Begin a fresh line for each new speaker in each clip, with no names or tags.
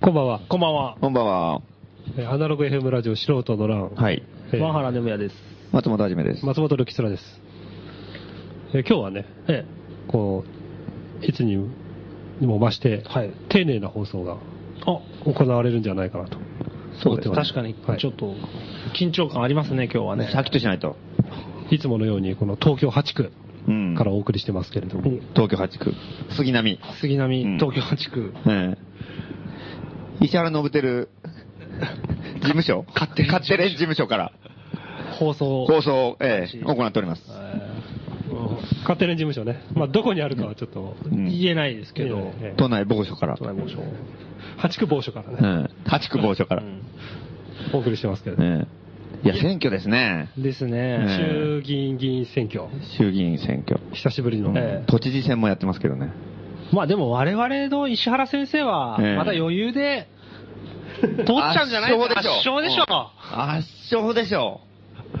こんばんは。
こんばんは。
こんばんは。
えーアナログ FM ラジオ素人の欄。
はい。
えー
ワンハラネムヤです。
松本はじめです。
松本るきつらです。えー今日はね、
え
こう、いつにも増して、
はい
丁寧な放送が
え。あ、
行われるんじゃないかなと。
そうですね
確かに
はい、
ちょっと、緊張感ありますね、今日はね。
シャキッとしないと。
いつものように、この東京8区
うん
からお送りしてますけれども、
東京8区。杉並。
杉並、
うん
東京8区。
ええ石原伸晃、事務所
勝手に
勝手連事務所から
放送。
放送を、ええ行っております。
え
勝手に事務所ね、まあ、どこにあるかはちょっと、
う
え
ん
言えないですけど、
ええ
都内某所から。
都内某所。
8区某所から
う
ね、
ん8区某所から
う。ん
お送りしてますけれども、
ええいや、選挙ですね。
です
え
ね。
衆議院議員選挙、
衆議院選挙。
久しぶりの、
え
都知事選もやってますけどね。
まあでも我々の石原先生は、
ええ
まだ余裕で、通っちゃうんじゃない
圧勝でしょ。
圧勝でしょ。
う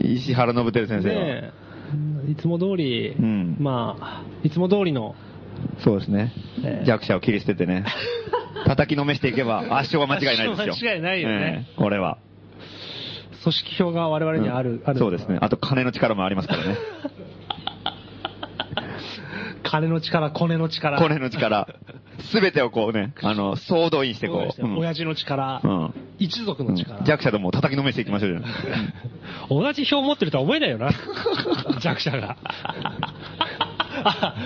ん圧勝でしょ。石原伸晃先生は。
ねえいつも通り、
うん
まあ、いつも通りの、
そうですね
え。え
弱者を切り捨て てね。叩きのめしていけば圧勝は間違いないですよ。
圧勝間違いないよね
ええ。これは。
組織票が我々にある、ある
そうですね。あと金の力もありますから ね。
金の力、コネの力。
金の力。すべてをこうね、あの、総動員して
そう
こ
です
う。う
ね
ん
親父の力、
うん
一族
う
の
ん
力、
弱者どもを叩きのめしていきましょうじゃない。
同じ票を持ってるとは思えない よな、弱者が。
あ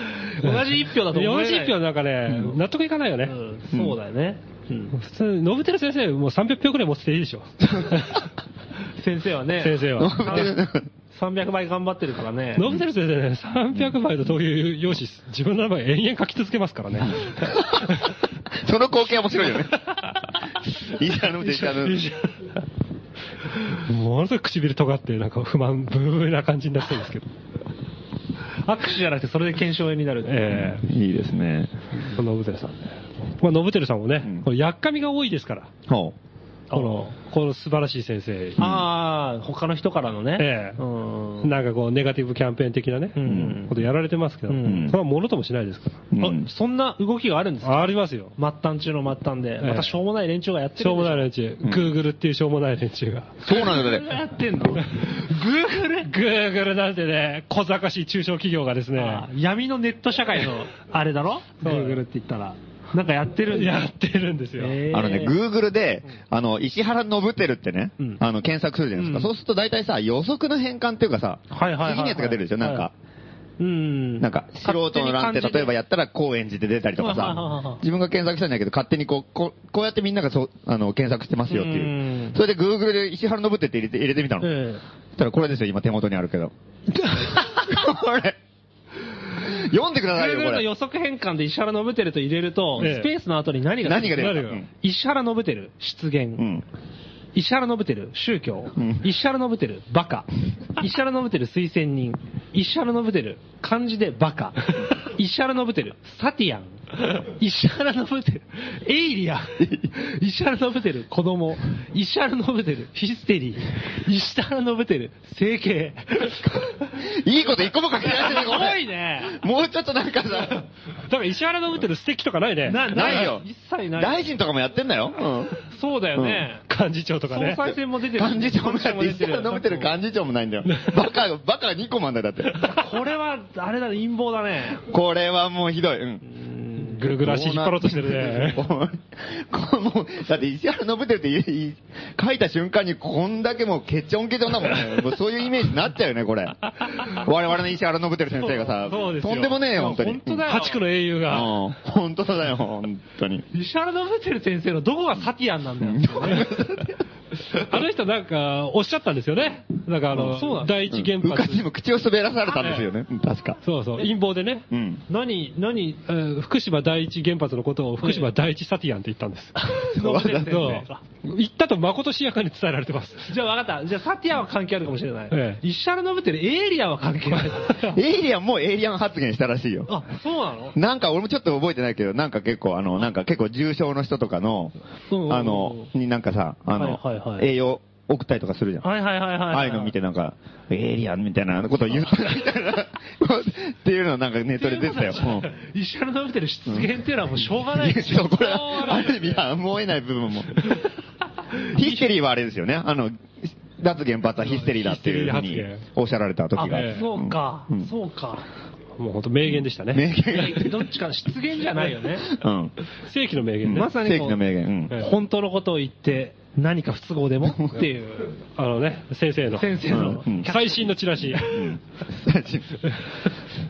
同じ一票だと思えない
40票なんかね、納得いかないよね。
うんそうだよね、うん
普通、ノブテル先生、もう300票くらい持ってていいでしょ。
先生はね
先生は。
300倍頑張ってるから ね
ノブテル先生ね、300枚の投票用紙、自分の名前延々書き続けますからね。
その光景面白いよ ね。石原伸晃さんの
ものすごい唇尖って、なんか不満、ブーブーな感じになってるんですけど。
握手じゃなくてそれで検証になる、
え
いいですね。
えノブテルさんね。まあ、ノブテルさんもね、
うん
このやっかみが多いですから、
ほ
この、この素晴らしい先生に。
ああ他の人からのね、
ええ
うん
なんかこう、ネガティブキャンペーン的なね、
うん
ことやられてますけど、
うん
それはものともしないですか。
う。うん
あそんな動きがあるんですから
ありますよ。
末端中の末端で、
え
またしょうもない連中がやってる
しょうもない
い
連中、グーグルっていうしょうもない連中が。
そうなんだよ
や
ね。
ってんのグーグル
グーグルなんてね、小賢しい中小企業がです
あ
ね、
闇のネット社会 のあれだろグ
そうだよ
ーグルって言ったらなんかやってるんだ
やってるんですよ。
えー
あのね、グーグルで、あの、石原伸晃ってね
うん、
あの、検索するじゃないですか。
うん
そうすると大体さ、予測の変換っていうかさ、
はいはいはいはい
次のやつが出るでしょ、なんか。
うん
なんか、素人の欄って例えばやったら、高円寺で出たりとか
はいはいはいは
さ
い、。
自分が検索したんだけど、勝手にこう、こうこうやってみんながそう、あの、検索してますよっていううんそれで Google で石原伸晃って入れて、入れてみたの。そ
え
したらこれですよ、今手元にあ るけど。これ。読んでくだ
え
さいよ、こ
Google の予
れ。
測変換で石原伸晃と入れると、
ええ
スペースの後に何が
何が出
な
る
る
か
よ
うん
石原伸晃、失言、
うん。
石原伸晃、宗教、
うん
石原伸晃、バ カ、石原伸晃、推薦人、石原伸晃、漢字でバ カ、石原伸晃、サティアン、石原伸晃、エイ リアン、石原伸晃、子供、石原伸晃、ヒステリー、石原伸晃、整 形。
いいこと一個も書けないじゃない
す
こ
ごい
れ。
ね。
もうちょっとなんかさ、
だから石原伸晃の素敵とかないね。
ないよ。
一切ない。
大臣とかもやってんだよ。
そうだよね。
幹事長とかね
総。裁選も出てる。
幹事長もやって、石原伸晃幹事長もないんだよ。バカ、バカが2個もあんだよ、だって。
これは、あれだね、陰謀だね。
これはもうひどい。うん。
ぐるぐる足引っ張ろうとしてるね。
こうもうだって石原伸晃って言い書いた瞬間にこんだけもうケチョンケチョンだもん ね。もうそういうイメージになっちゃうよね、これ。我々の石原伸晃先生がさ、
そうそうですよ
とんでもねえよ、本当に。
本当だよ
8区の英雄
う
が。
ん本当だよ、本当に。
石原伸晃先生のどこがサティアンなんだよ。
あの人なんか、おっしゃったんですよね。なんかあ
あそうな
の、
んだ
第一原
うか
発
ち。も口を滑らされたんですよね、うん確か。
そうそう、陰謀でね。
うん。
何、何、えー福島第一原発のことを福島第一サティアンって言ったんです。
伸晃先生。
そう。言ったと誠しやかに伝えられてます。
じゃあ分かった。じゃあサティアンは関係あるかもしれない。
ええ
石原伸晃、エイリアンは関係 ない。
エイリアンもエイリアン発言したらしいよ。
あ、そうなの
なんか俺もちょっと覚えてないけど、なんか結構あの、なんか結構重症の人とかの
うんうんう、ん
あの、になんかさ、あの
はいはいは、い
栄養、送ったりとかするじゃん。
はいはいはいはいはい。
ああいうの見てなんか、エイリアンみたいなことを言ったみたいな、 っていうのなんかネットで出て たよ。うん
石原伸晃の出現っていうのはもうしょうがないです
そ
よ。
う、これは、ある意味、やむを得ない部分 も。ヒステリーはあれですよね。あの、脱原発はヒステリーだっていうふう
ヒ
に
ステリー発
おっしゃられた時が。
ええ
そうか
うん、
そうか。
もう本当名言でしたね。
名言
いやどっちか出現じゃないよね。
うん。
正規の名言ね。
まさに
正
こう
規の名言。うん
ええ
本当のことを言って、何か不都合でもっていう。
あのね、先生の。
先生の
うん
最新のチラシ。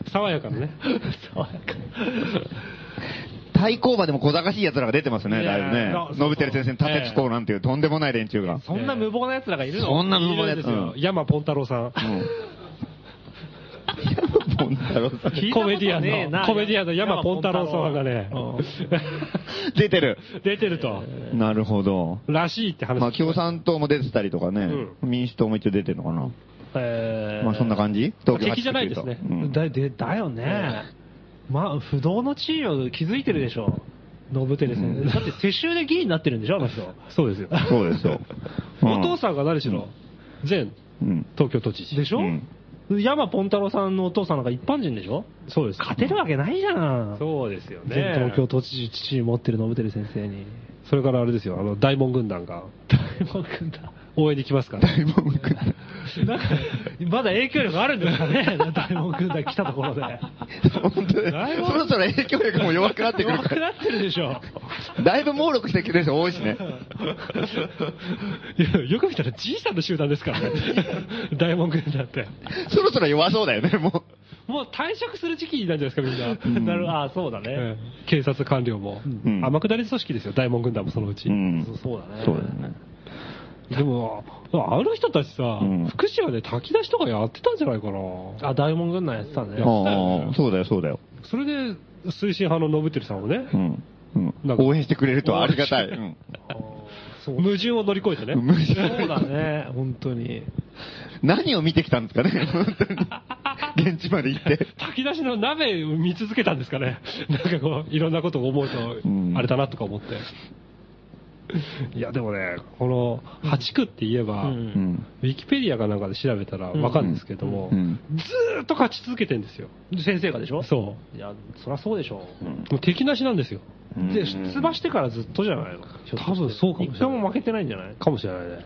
爽やかなね。
対抗馬でも小賢しい奴らが出てますね、だいぶ
いやそう
ね。
そう
ノブテル先生に立てつこうなんていうとんでもない連中が。
そんな無謀な奴らがいるの
そんな無謀な奴
ですよ
うん。
山ポン太郎さん。
うん。ポン太郎さん
聞いたこと
コ
ね
メディア
え
ン
な
の、コメディアンの山ポン太郎さんがね、
出てる。
出てると、
なるほど。
らしいって話。
まあ、共産党も出てたりとかね、
う
民主党も一応出てるのかな。
えー
まあ、そんな感じ東京
敵じゃないですね
8区とうん
だでだよね、まあ、不動の地位を築いてるでしょ、ノブテレ先生、だって世襲で議員になってるんでしょ、あの人、
そうですよ。
そうですよ。
お父
ん
さんが何しろ、前
うん。
東京都知事
で。しょ、
うん
山ポン太郎さんのお父さんなんか一般人でしょ、
そうです。
勝てるわけないじゃん、
そうですよね。
全東京都知事、父持ってるノブテレ先生に、
それからあれですよ、あの、大門軍団が
大門君だ、
応援に来ますから。
大門君
なんか、まだ影響力あるんですかね、大門君だ、来たとこ ろで、
本当だよそろそろ影響力も弱くなってくる
弱
か
く
ら。
なってるでしょ。
だいぶ猛録してきてる人多いしね。
いやよく見たらじいさんの集団ですか らね。大門軍団って。
そろそろ弱そうだよね、も
もう退職する時期なんじゃないですか、みんな。
ん
なるあそうだね
え、え警察官僚も、
うん
天下り組織ですよ、大門軍団もそのうち。
う。うん。
そうだね
そうだよね。
でも、あの人たちさ、
うん
福祉はね、炊き出しとかやってたんじゃないかな。
あ大門軍団やってたね
や
あ
ね
あそうだよ、そうだよ。
それで、推進派のノブテルさんをね、
うん。うん
なんか
応援してくれるとはありがたい。うん
そう
矛盾を乗り越えてね。
無理
そうだね本当に
何を見てきたんですかね、本当に。現地まで行って。
炊き出しの鍋を見続けたんですかね。 なんかこう、いろんなことを思うと
うん、
あれだなとか思って。いや、でもね、この8区って言えば、
うん
うん。
ウィキペディアかなんかで調べたらわかるんですけども、
うん
ずーっと勝ち続けてんですよ。
先生がでしょ
そう
いやそりゃそうでしょ
もう敵なしなんですよ。
うん
で出馬してからずっとじゃないのひょっとして
多分そうかもしれない
一回も負けてないんじゃない
かもしれないね。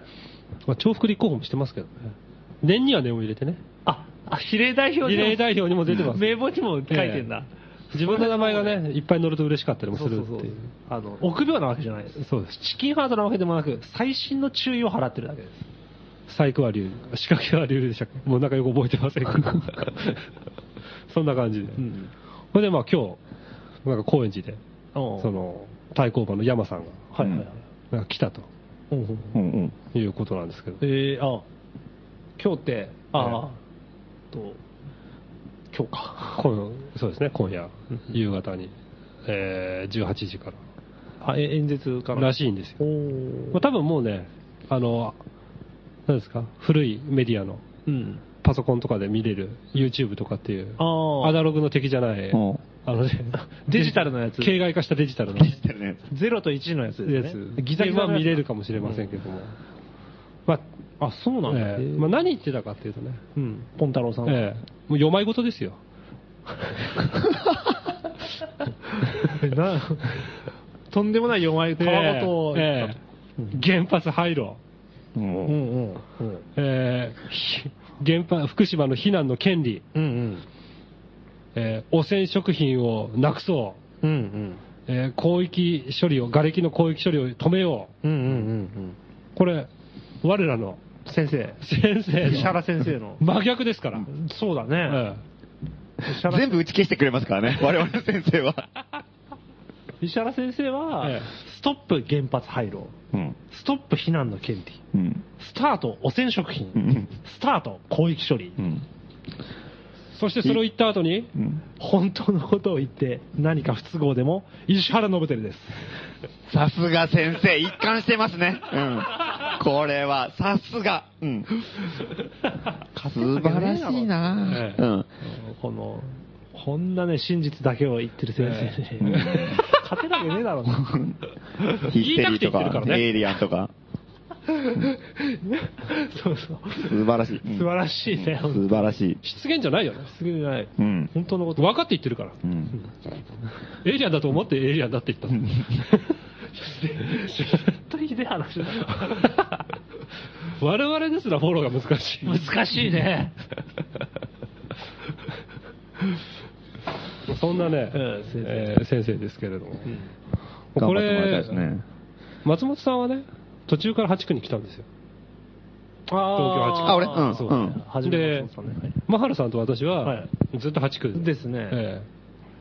まあ、重複立候補もしてますけどね。念には念を入れてね。
ああ比例代表
比例代表にも出てます。
名簿にも書いてんだ
自分の名前がね、いっぱい載ると嬉しかったりもす
そうそ
る
う
って
そう
いう。
あの臆病なわけじゃないです
そうです。
チキンハートなわけでもなく最新の注意を払ってるだけです
細工は流、仕掛けは流でしたっけもうなんかよく覚えてませんけど。 そんな感じで。
ん
ほんでまあ今日、なんか高円寺で、
おう
その、対抗馬の山さんが、
はいはいはい
なんか来たと
うんうん
うんうん。
いうことなんですけど。
えー、あ今日ってあ、と今日か
今そうですね、今夜、夕方に、えー18時か
あえ演説からら
らしいんですよ。
お
まあ、多分もうね、あの、なんですか、古いメディアの
うん
パソコンとかで見れる YouTube とかっていう、
ああ
アナログの敵じゃない、
うん
あのね、
デジタルのやつ
形骸化したデジタルの
知っ
や
てるね。
ゼロと1のやつです、ね、
つ、ギザギザは見れるかもしれませんけども。まあ、
あそうなんだ、
ええまあ、何言ってたかっていうとね、
うんポン太郎さんは、
ええもう、よまいごとですよ。
なとんでもない弱い皮ごと、
ええ原発廃炉。
う。
うんんうんうん
え ーひ原発福島の避難の権利、
うん
えー汚染食品をなくそ
うんうん
う、えー広域処理を、瓦礫の広域処理を止めよ
うんうんうん
う、これ、我らの
うん先生
先生
石
の
原先生の
真逆ですから、
そうだね、
え
石原
全部打ち消してくれますからね、我々の先生は。
石原先生は、
ええ
ストップ原発廃炉
うん。
ストップ避難の権利
うん。
スタート汚染食品、
うん
スタート広域処理、
うん。
えそしてそれを言った後に、
うん。
本当のことを言って何か不都合でも石原伸晃です
さすが先生、一貫してますね。うん。これは、さすが。うん。素晴らしいな
ええ
うん。
このこんなね真実だけを言ってる先生に、
ええ
勝てなきゃねえだろうな
ヒステリーと
言いたくて言ってるか、
から
ね
エイリアンとか。
そうそう。
素晴らしい。うん
素晴らしいね、ほんと
素晴らしい。
失言じゃないよね。
すげえない。
うん。
本当のこと。分かって言ってるから。
うん。
エイリアンだと思ってエイリアンだって言ったの。
ずっとひでえ話だな。
我々ですらフォローが難しい。
難しいね。
そんなね、
うん先生
えー先生ですけれども。
頑
こ
張ってもらいたい
れ
です、ね。
松本さんはね、途中から8区に来たんですよ。
東京
東京八
区あ俺うん
そう
うん
初めて松本さんね
マハルさんと私
は
は、ずっと8区
はい
で。
ですね。
え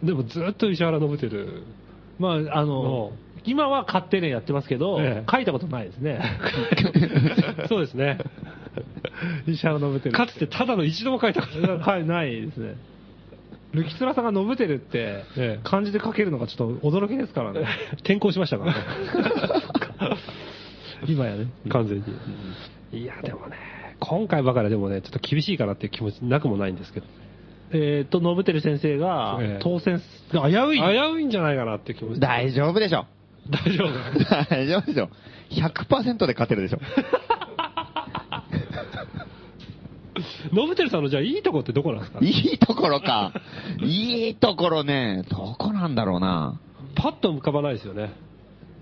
えでもずっと石原 伸晃。
まあ、あの
う、
今は勝手にやってますけど
ええ、
書いたことないです ね。
そうですね。
医者を述べてる。
かつてただの一度も書いたことない。
はい、ないですね。ルキツラさんが述べてるって
ええ、
漢字で書けるのがちょっと驚きです からね。
転校しましたからね。
今やね。
完全に。いや、でもね、今回ばかりはでもね、ちょっと厳しいかなっていう気持ちなくもないんですけど。
えーっと、述べてる先生が
ええ
当選す、危うい。
危ういんじゃないかなって気持ち。
大丈夫でしょ。
大丈夫。
大丈夫でしょ。100%で勝てるでしょ。
ノブテルさんのじゃあいいとこってどこなんですか
いいところか。いいところね。どこなんだろうな。
パッと浮かばないですよね。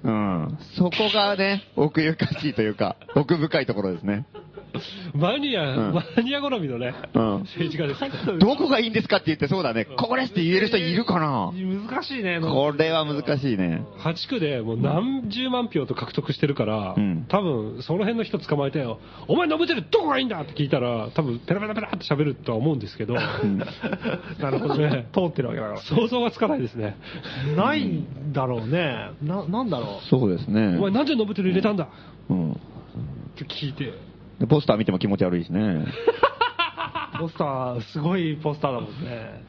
うん。そこがね、奥ゆかしいというか、奥深いところですね。
マニア、
うん
マニア好みのね、
うん
政治家ですから。
どこがいいんですかって言ってそうだね。これって言える人いるかな
難しいね。
これは難しいね。
8区でもう何十万票と獲得してるから、
うん
多分その辺の人捕まえてよ、お前、ノブテルどこがいいんだって聞いたら、多分ペラペラペラって喋るとは思うんですけど、
なるほどね。通ってるわけだか
想像がつかないですね。
ら。ないんだろうね。な、なんだろ
そうですね
お前、なんでノブテル入れたんだ
うん。
って聞いて、
でポスター見ても気持ち悪いしね。
う。ポスター、すごいポスターだもんね。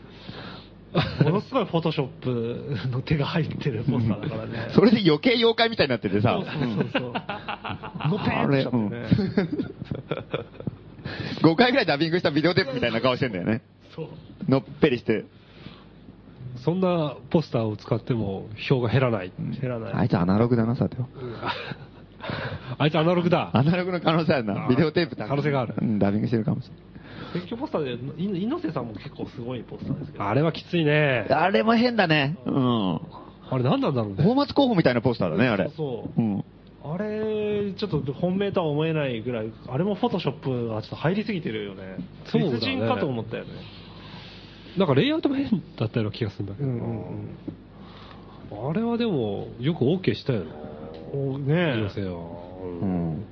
ものすごいフォトショップの手が入ってるポスターだからね。
それで余計妖怪みたいになってて
そ
さ
う、そうそうそう。のぺ ー
あ
っとし
れ、
ちゃっ
う
て
ん
ね。
5回ぐらいダビングしたビデオテープみたいな顔してんだよね。
そう。
のっぺりして。
そんなポスターを使っても票が減らない。
減らない。
あいつアナログだな、さては。
あいつアナログだ。
アナログの可能性あるな。
あー
ビデオテープだ
可能性がある
うん、ダビングしてるかもしれ
選挙ポスターで、い猪瀬さんも結構すごいポスターですけど。
あれはきついね。
ない。あれも変だね。うん。
あれ何なんだろうね。
泡沫候補みたいなポスターだね、あれ。
そうそ
うん。
う。あれ、ちょっと本命とは思えないぐらい、あれもフォトショップがちょっと入りすぎてるよね。
そうだね
別人かと思ったよね。
なんかレイアウトも変だったような気がするんだけど。
ん
あれはでも、よく OK したよね。
うん。おね
女性は。
うん。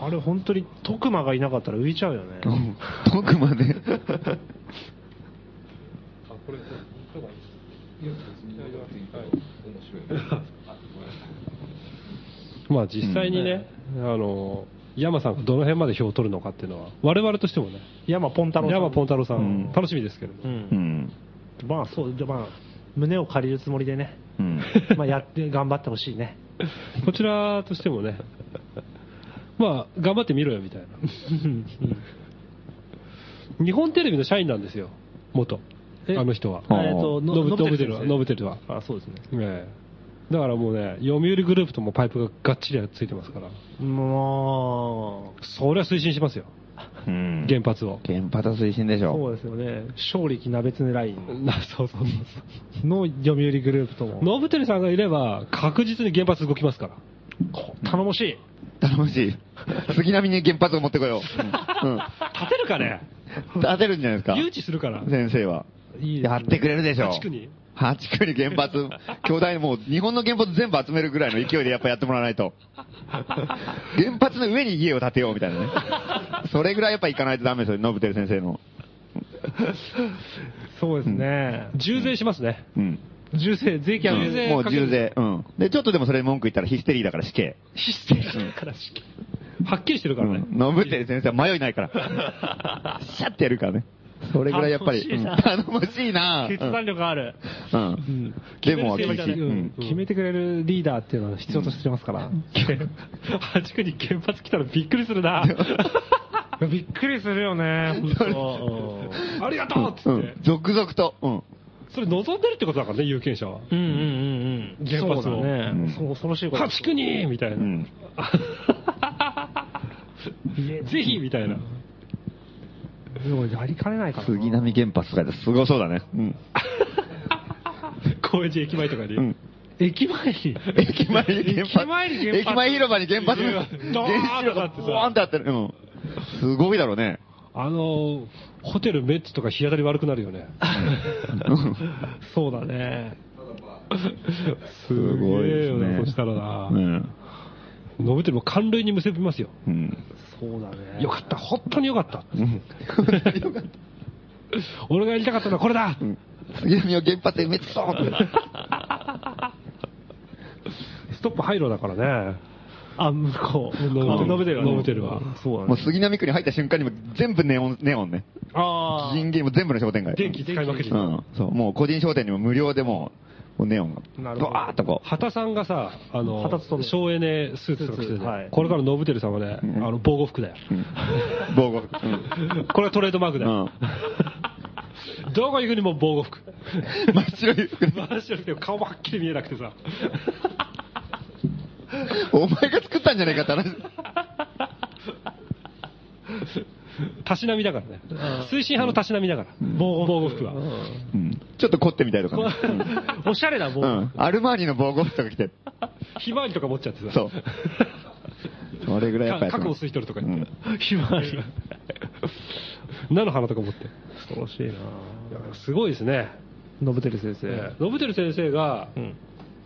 あれ本当に徳馬がいなかったら浮いちゃうよね。
遠くまで。
あ、これ、まあ実際にね、あの、山さんがどの辺まで票を取るのかっていうのは、我々としてもね、
山ポンタロウさん。
山ポン太郎さん、
うん
楽しみですけれども、
うん
うん。
まあそう、じゃあまあ、胸を借りるつもりでね、
うん。
まあやって、頑張ってほしいね。
こちらとしてもね、 まあ、頑張ってみろよみたいな。日本テレビの社員なんですよ、元。
え
あの人は。
あー
えっと、
ノブノブテルは、
先生
ノブテルは。
あ、そうですね。
ええだからもうね、読売グループともパイプががっちりついてますから、
もう、
それは推進しますよ、
うん
原発を。
原発推進でし
そ
ょ。
うですよね。勝力鍋つねライン
なそうそうそうそう。
の読売グループとも。
ノブテルさんがいれば、確実に原発動きますから。
こ頼もしい。
頼も しい。杉並に原発を持ってこよう。うん。
立てるかね
うん立てるんじゃないですか。
誘致するから。
先生は。
いいですね
やってくれるでしょ。
八区に
八区に原発、巨大もう日本の原発全部集めるぐらいの勢いでやっぱやってもらわないと。原発の上に家を建てようみたいなね。それぐらいやっぱ行かないとダメですよ、ノブテル先生の。
そうですね。
重税しますね。
うん。
重税、税金上げる
税
もう
かける
重税。うん。で、ちょっとでもそれに文句言ったらヒステリーだから死刑。
システムだからしはっきりしてるからね。
ノブテル先生は迷いないから。シャッてやるからね。それぐらいやっぱり、
頼もしいな
うん頼もしいな
決断力ある。
うん。うんでも厳し
決める政治だね
い。うん
決めてくれるリーダーっていうのは必要としてますから。
八区に原発来たらびっくりするな。
びっくりするよね、本
ありがとうっつって。
うん。続々と。うん。
それ望んでるってことだからね、有権者は。
当。うんうんうんうん。
原発を
そうだね。
うん
そう恐ろしいこと。
八区にみたいな。
うん。
ぜひみたいな。
でもやりかねないからな。
杉並原発とかですごそうだね。うん。
高円寺駅前とかに。
うん。
駅前に。
駅前に原発。
駅前に原発
駅前広場に原発。原
ドーンとかってさ
ドーンってあってる。うん。すごいだろうね。
あのー、ホテルメッツとか日当たり悪くなるよね。
そうだね。
す
ごい
げえ
です
よ
ね
な、そしたらな。
うん。
飲めても寒類に結びますよ。
うん。
そうだね。
よかった、本当によかった。 俺がやりたかったのはこれだ、
杉並を原発で埋め尽くそう
ストップ廃炉だからね。
あ、向こう。
ノ
あ
ブテルはね
ノブテルは。そうだ
もう杉並区に入った瞬間にも全部ネオン、ネオンね。
あ
銀銀も全部の商店街。
電気使いまくり
う。ん。そう、もう個人商店にも無料でもう、もうネオンが。
なるほど
ドワーッとこう。
畑さんがさ、あの
畑勤、め
省エネスーツとか着て
スー
て、
ツはい
これからノブテルさんはね、
ん
あの防護服だよ。
うん防護服。うん。
これはトレードマークだ
う
よ
ん。
どこ行くにも防護服。
真っ白い服。
真っ白くて顔もはっきり見えなくてさ。
お前が作ったんじゃないかって話。
たしなみだからね。推進派のたしなみだから。防護服は。
うん。ちょっと凝ってみたいとかね。
おしゃれだ、も
う
う。
ん。アルマーニの防護服とか着 て。
ひまわりとか持っちゃってさ。
そう。それぐらいやっぱ
か
り。
核を吸い取るとか
う
言って
ん。
ひまわり。
菜の花とか持って。
恐ろしいな
すごいですね。
ノブテル先生
え。えノブテル先生が、
うん。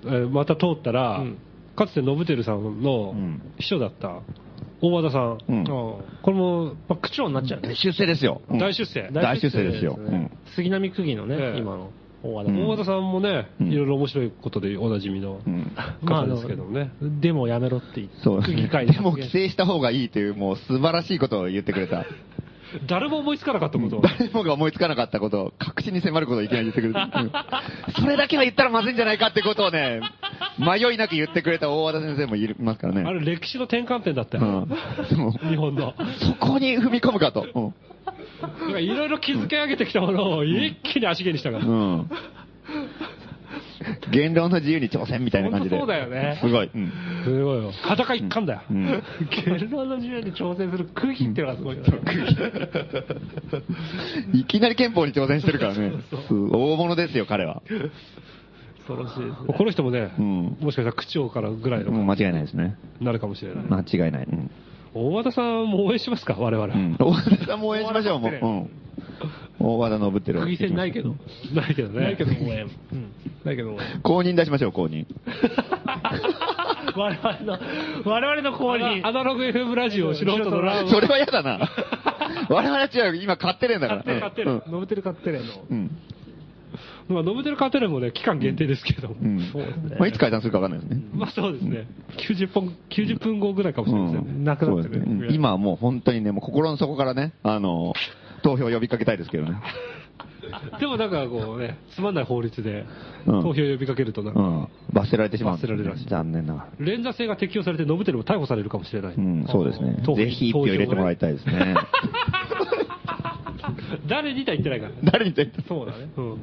えーまた通ったら、
うん
かつてノブテルさんの
うん
秘書だった大和田さん、
うん
ああ
これも
まあ、区長になっちゃうね。
出世ですよ。うん
大出世、
大出世ですよ。うん
杉並区議のね、
ええ
今の大和田、
うん
大和田さんもね、
うん
いろいろ面白いことでおなじみの
うん。
まああ
方
の
ですけどもね、
でもやめろって言って、
そう。
区議会
でも規制した方がいいという、もう素晴らしいことを言ってくれた。
誰も思いつかなかったことを、
誰もが思いつかなかったことを、確信に迫ることをいきなり言ってくれた。うんそれだけは言ったらまずいんじゃないかってことをね、迷いなく言ってくれた大和田先生もいますから
あ
ね。
れ、歴史の転換点だった
う
よ、
ん。そう
日本の。だか
そこに踏み込むかと。うん
らいろいろ築き上げてきたものを一気に足毛にしたから、
うん。言論の自由に挑戦みたいな感じで。
本当そうだよね
すごい。うん。
すごいよ、裸一貫だよ、
うん
言論の自由に挑戦する区議っていうのがすごいよね。
いきなり憲法に挑戦してるからね。大物ですよ、彼は。
恐ろしいですね。
この人もね、
うん
もしかしたら区長からぐらいの、
うん間違いないですね。
なるかもしれない、
間違いない。うん。
大和田さんも応援しますか、我々、
うん大和田さんも応援しましょう、もう。うん大和田信ってる。
区議選ないけど。
ないけどね。
ないけど応援。うん。ないけど応援。
公認出しましょう、公認。
我々の、我々の公認。
アナログ FM ラジオ、素人のラジ
それは嫌だな。我々は違う、今買ってるんだから。
買ってる
うん
ノブテルカッテレの。
うん。
オ。まあ、ノブテルカーテレもね、期間限定ですけども。
うん。
そうですね
まあいつ解散するかわかんないですね。
まあそうですね。90分、90分後ぐらいかもしれませんね。
なくなってくる
そうですねうん今はもう本当にね、もう心の底からね、あの、投票を呼びかけたいですけどね。
でもなんかこうね、つまんない法律で、
うん
投票呼びかけるとなん
う
か、
ん。罰せられてしまうんですね、
罰せられるらしい
残念ながら。
連座制が適用されて、ノブテルも逮捕されるかもしれない。
うん、そうですね
投。票
ぜひ一票入れてもらいたいですね。
誰にとは言ってないからね。
誰に言って
そう だね。
うん。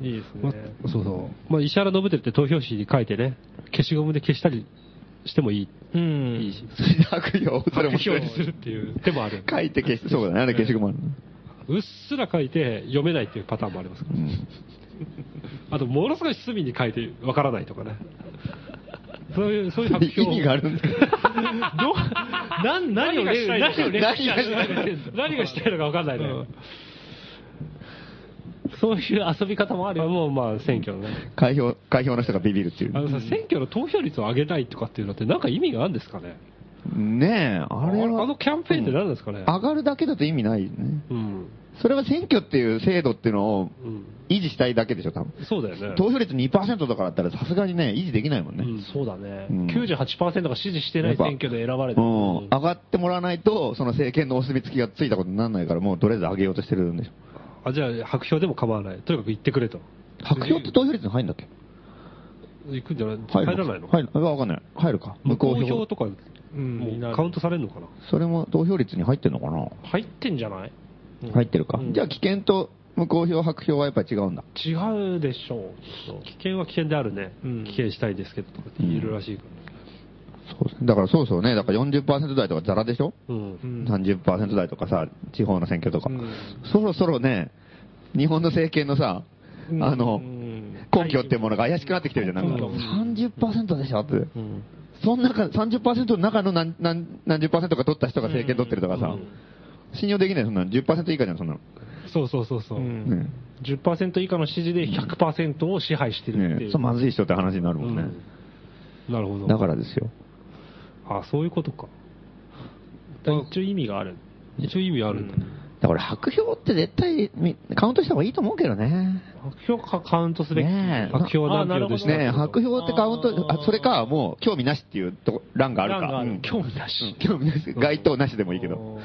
いいです
ま
ね。
そうそう。まあ、石原ノブテルって投票紙に書いてね、消しゴムで消したりしてもいい。
うん。
い いし。
白票それ面白
白
い
に
です
るっていう手もある。
書いて消し、そうだね、あれ消しゴムある。
うっすら書いて読めないっていうパターンもありますから。
うん
あと、ものすごい隅に書いてわからないとかね。そういう、そういう発表
意味があるんですか
どう、なん、何
何
を
がし
ね、
たいのか
何をね、
何がしたいのか
何がしたいのかわかんないね。
うんそういう遊び方もある
あ
よ。
もうまあ、選挙のね。
開票、開票の人がビビるってい
あの
う。
さ、選挙の投票率を上げたいとかっていうのって、なんか意味があるんですかね。
ねえ、あれは。
あのキャンペーンって何なんですかね。
上がるだけだと意味ないね。
うん。
それは選挙っていう制度っていうのを
うん。
維持したいだけでしょ、多分。
そうだよね。
投票率2%とかだったらさすがにね、維持できないもんね。
うん
そうだね。
うん
98%が支持してない選挙で選ばれ
う
た。
ん、上がってもらわないと、その政権のお墨付きがついたことにならないから、もうとりあえず上げようとしてるんでしょ。
あ、じゃあ、白票でも構わない。とにかく行ってくれと。
白票って投票率に入るんだっけ
行くんじゃない
入
入
る
らないの
入るあわかんない。入るか。
無効票とか、も
うんいな
う
い
カウントされるのかな。
それも投票率に入ってるのかな、
入ってんじゃない
入ってるか。
うん
じゃあ、危険と無効票、白票はやっぱり違うんだ。
違うでしょう。
危険は危険であるね
うん。
危険したいですけど、とかって言えるらしいから。
そうですねだからそうそうね、だから40%台とかザラでしょ
うん。
うん
30%台とかさ、地方の選挙とか、
うん
そろそろね、日本の政権のさ、あの、根拠ってものが怪しくなってきてるじゃん、なんか。30%でしょって。
うん。
その中、30%の中の何何何十か取った人が政権取ってるとかさ、信用できない、そんなの。10%以下じゃん、そんなの。
そうそうそうそう。
うん
ね
10%以下の支持で100%を支配してるってい
ね
う。
そう、まずい人って話になるもんね。
うんなるほど。
だからですよ。
あ、そういうことか。
だから一応意味がある。
一応意味あるんだね。
だから白票って絶対みカウントした方がいいと思うけどね。
白票かカウントすべき。
ねえ
白票
あ
何
なるほ
票で
ど
した
ねえ白票ってカウント、
あー
あそれか、もう興味なしっていうとこ欄があるか。
欄がある
うん
興味なし
うん興味なし。該当なしでもいいけど。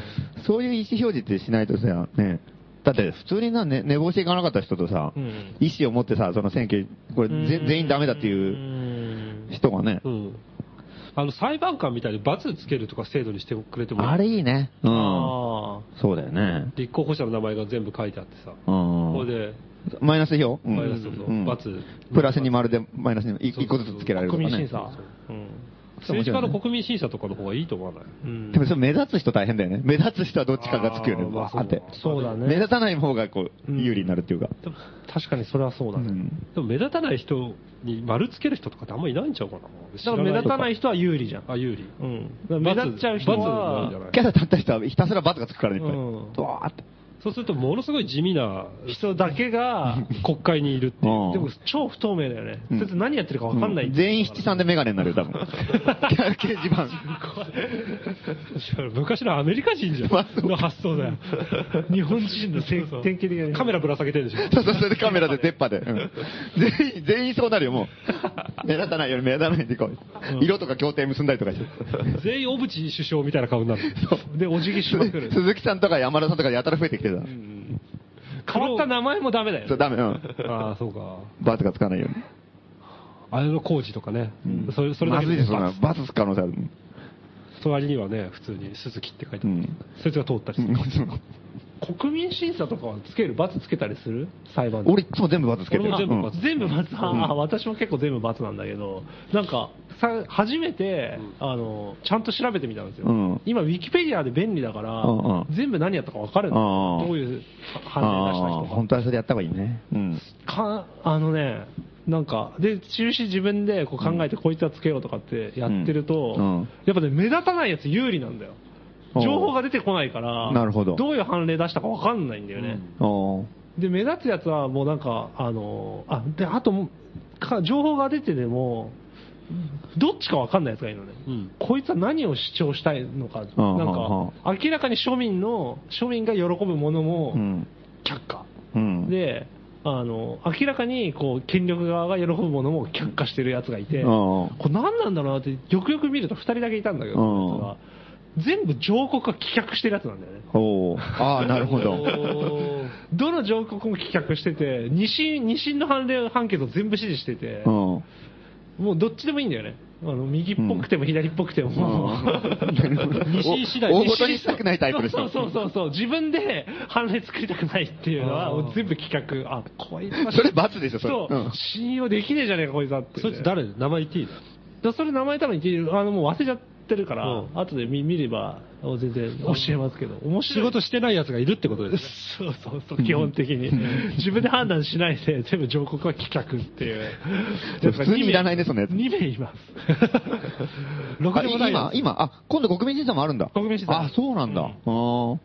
そういう意思表示ってしないとさ、ねだって普通にな、ね、寝坊していかなかった人とさ、
うん
意思を持ってさ、その選挙、これぜ全員ダメだっていう
う。
人がね、
うん。あの、裁判官みたいに罰つけるとか制度にしてくれてもいい
あれいいね。うんん。
あ
そうだよね。
立候補者の名前が全部書いてあってさ。
う
こ
ん。
れで、
マイナス票うん
マイナス票
うん
罰
プラスに丸でマイナスにい
そうそう
一個ずつつけら
あ
れると
国
か
民
ね
審。査。うん
政治家の国民審査とかの方がいいと思わない
うん
でもそれ目立つ人大変だよね。目立つ人はどっちかがつくよね、
あーまあ
バーって。
そうだね。
目立たない方がこう、有利になるっていうか。
でも確かにそれはそうだ
う
ね。
ん
でも目立たない人に丸つける人とかってあんまいないんちゃうかな。だ
だから目立たないい人は有利じゃん。
あ、有利。
うん。だから目立っちゃう人
罰罰になるんじゃ
は、
ない
キャラ立った人はひたすらバツがつくからね、いっぱい。
うん
ドワーって。
そうするとものすごい地味な
人だけが、
国会にいるっていう。
うん
でも超不透明だよね。
うん
そいつ何やってるか分かんない、
うん全員七三でメガネになるよ、多分。キャラ掲示板。
昔のアメリカ人じゃん。 の発想だよ。
日本人の典
そう
典型的なね
カメラぶら下げてるでしょ。
そうそう、それでカメラで出っ歯で。うん全員、全員そうなるよ、もう。目立たないように目立たないでこう。色とか協定結んだりとかして。
全員小渕首相みたいな顔になる。
で、お辞儀しまくる。
鈴木さんとか山田さんとかやたら増えてきてた。
変わった名前もダメだよ
そ
ね
う、。ダメ。うん
ああ、そうか。
バツがつかないように。
綾小路とかね。それ、それだ
ま
け
ずい
で
です、そんな。バツつく可能性ある。
隣にはね、普通に鈴木って書いてある。
うん
そいつが通ったりする。
国民審査とかはつける罰つけたりする裁判で。
俺いつも全部バツつけてる。
俺も全部
うん
バツ
全部罰、あ私も結構全部罰なんだけど、なんか、さ初めて、あの、ちゃんと調べてみたんですよ。
うん
今、ウィキペディアで便利だから、
うんうん
全部何やったか分かるの。
うんうん
どういう判断出した
ああ
人か。
本当はそれやった方がいいね。うん。
かあのね、なんか、で、印自分でこう考えて、こいつはつけようとかってやってると、
うんうん
やっぱね、目立たないやつ有利なんだよ。
おう
情報が出てこないから、
なるほど
ういう判例出したか分かんないんだよね。
おー
で、目立つやつはもうなんか、あの、あ、で、あともうか、情報が出てでも、どっちか分かんないやつがいるのね。
うん
こいつは何を主張したいのか、なんか、
うんうん
明らかに庶民の、庶民が喜ぶものも
うん。
却下。
うん。
であの明らかにこう権力側が喜ぶものも却下してるやつがいて、
うん
これ何なんだろうなってよくよく見ると2人だけいたんだけど、
う
そ
ん
のやつが全部上告が棄却してるやつなんだよね
おーああ、なる ほど。
どの上告も棄却してて2審二審の判例判決を全部支持してて、
うん。
もうどっちでもいいんだよねあの右っぽくても左っぽくても、
西次第
お大事にしたくないタイプでし
そ
ょ
う。そうそうそう自分で判例作りたくないっていうのは
あー
もう全部企画あこいつは
それ罰でしょ、それ。
そう、
うん
信用できねえじゃねえか、こいつはって。
そいつ誰名前言っていいの
だそれ名前多分言ってるあの、もう忘れちゃってるから、
うん
後で見見れば、全然教えますけど、面
仕
白い。
事してない奴がいるってことです。
そうそうそう、基本的に。自分で判断しないで、全部上告は棄却っていう。
そう普通にいらないねそのやつ
2名い ます。ろく
あ
でもない
今、今、あ、今度国民審査もあるんだ。
国民審査
あ、そうなんだ。
う
あ
ん
あ。そ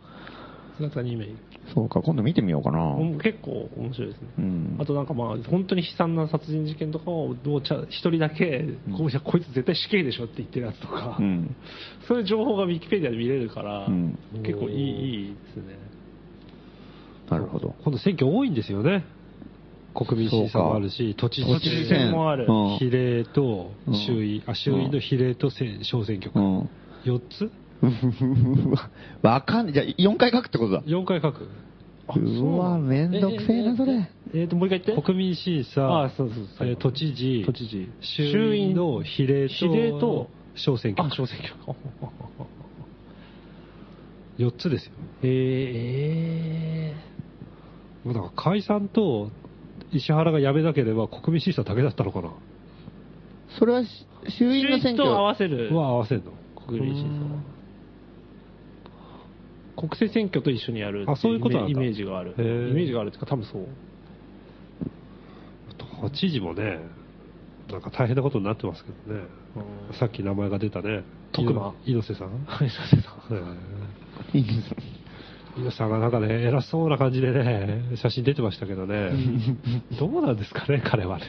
今。その2名いる
うか、今度見てみようかな。
お結構面白いですね。
うん
あとなんかまあ、本当に悲惨な殺人事件とかを、どうちゃ一人だけ、こういやこいつ絶対死刑でしょって言ってるやつとか、
うん。
そういう情報がウィキペディアで見れるから、
うん
結構い
おー
いいいですね。
なるほど。
今度選挙多いんですよね。国民審査もあるし、都知
都知
事
事
選
選
もある
うん
比例と
うん
衆院、あ、衆院の比例と選小選挙
う
区。
ん。
4つ
うふふふわわかんない。じゃあ、4回書くってことだ。
?4 回書く。
うわ、めんどくせえな、それ。
えっ、と、もう一回言って。
国民審査
あ、そうそうそう
えー都知事、
都知事
衆院の比例と
比例と
小選
あ、
挙区。
小選挙。
4つですよ。
ええ
もうだから解散と石原が辞めなければ国民審査だけだったのかな。
それはし衆院の選
中と
挙
合わせる
は合わせるの。
国民審査は国政選挙と一緒にやるって
あそういうことなんだ
イメージがある
へー
イメージがあるっていうか多分そう
都知事もね、なんか大変なことになってますけどね。さっき名前が出たね。
徳馬
いの猪瀬さん
はいそうです
ええ猪瀬さんがなんかね、偉そうな感じでね、写真出てましたけど ね。どうなんですかね、彼は ね。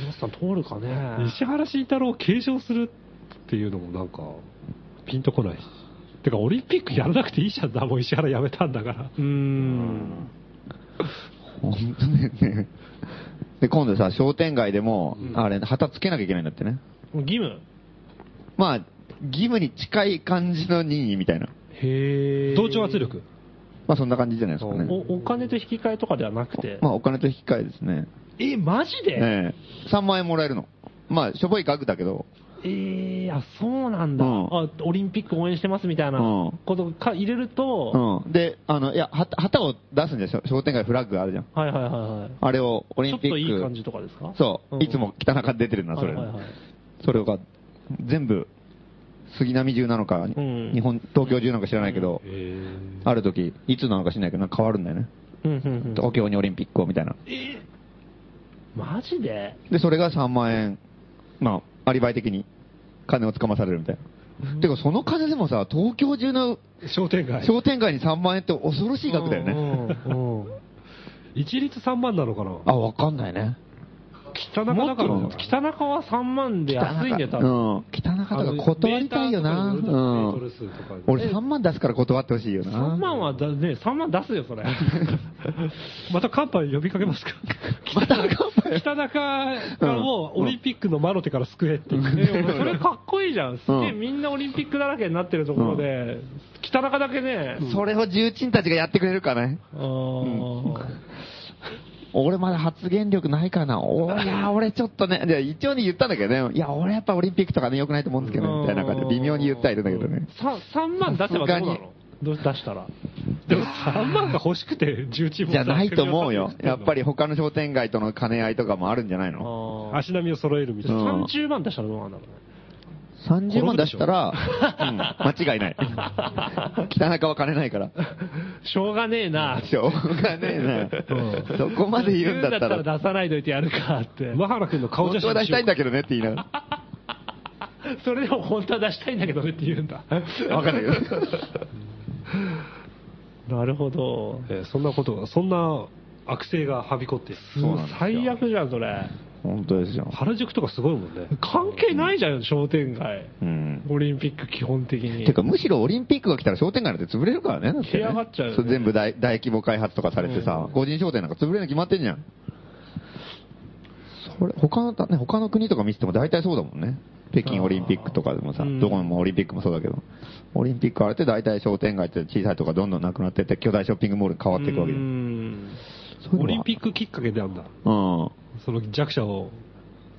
皆さん通るかね
石原慎太郎を継承するっていうのもなんか、ピンとこないし。てか、オリンピックやらなくていいじゃんな、もう石原辞めたんだから。
うーん
本当だよね。 で、今度さ、商店街でも、あれ、旗つけなきゃいけないんだってね。
義務
まあ、義務に近い感じの任意みたいな。
へえ
同調圧力。
まあ、そんな感じじゃないですかね。
おお金と引き換えとかではなくて
まあ、お金と引き換えですね。
えマジで
ええ3万円もらえるの。まあ、しょぼい額だけど、
ええあそうなんだ
うん
あオリンピック応援してますみたいな
うん
ことか入れると
うん。で、あの、いや、旗旗を出すんですよ。商店街フラッグあるじゃん。
はいはいはいはい
あれを、オリ
ちょ
ン
っと
ピック。
いい感じとかですか
そう、
ん
いつも北中で出てるな、それ。
はいはいはい
それが、全部、杉並中なのか、
ん
日本、東京中なのか知らないけど、ある時、いつなのか知らないけど、なんか変わるんだよね。
うんうんうん
東京にオリンピックを、みたいな。
マジで
で、それが3万円、まあ、アリバイ的に、金をつかまされるみたいな。てか、その金でもさ、東京中の
商店街。
商店街に3万円って恐ろしい額だよね。
うんうん
一律3万なのかな
あ、わかんないね。
北中
も
だ
っ
から
と北中は3万で安いんで多
う
分
ん。北中だから断りたいよな。
メ
う
ーターとかで
ん。
乗るとメートル数とかで
俺3万出すから断ってほしいよな。
3万はだね3万出すよそれ
またカンパ呼びかけま すか
また乾杯
北中がもうオリンピックの魔の手から救えっていう
でもそれかっこいいじゃんすげえ
うん
みんなオリンピックだらけになってるところで北中だけね
それを重鎮たちがやってくれるかね。
あー
俺まだ発言力ないかな。おいや、俺ちょっとね、いや一応に言ったんだけどね。いや、俺やっぱオリンピックとかね、良くないと思うんですけどね、みたいな感じで微妙に言ったりだけどね。
さ3万出せばどうな
さすがに
のどう出したら
でも3万が欲しくて重鎮も
じゃないと思うよ。やっぱり他の商店街との兼ね合いとかもあるんじゃないの
あー
足並みを揃えるみたいな、
うん
30万出したらどうなんだろうね
?30 万出したら、うん間違 いない。北中は金ないから。
しょうがねえな
しょうがねえな。そこまで言うんだったら、
出さないといてやるか って
馬原君の顔
本
写
当は
真
出
に
し
したよ
いんだけどねって言いなが
それでも本当は出したいんだけどねって言うんだ
ら。わかんないけど。
なるほど
うえーそんなことがそんな悪性がはびこって
そうなんですよ
最悪じゃんそれ
本当ですよ。
原宿とかすごいもんね
関係ないじゃん商店街
うん。
オリンピック基本的に
てか、むしろオリンピックが来たら商店街なんて潰れるからね。だってね
干上がっちゃうよね
そ全部大大規模開発とかされてさ、
うん
個人商店なんか潰れるの決まってんじゃん。それ、他の、ね、他の国とか見てても大体そうだもんね。北京オリンピックとかでもさ、
うん
どこもオリンピックもそうだけど、オリンピックあれって大体商店街って小さいとかどんどんなくなってって、巨大ショッピングモールに変わっていくわけ
う
じゃん。
ん
オリンピ
ッ
ックきっかけであんだ
クうん。
その弱者を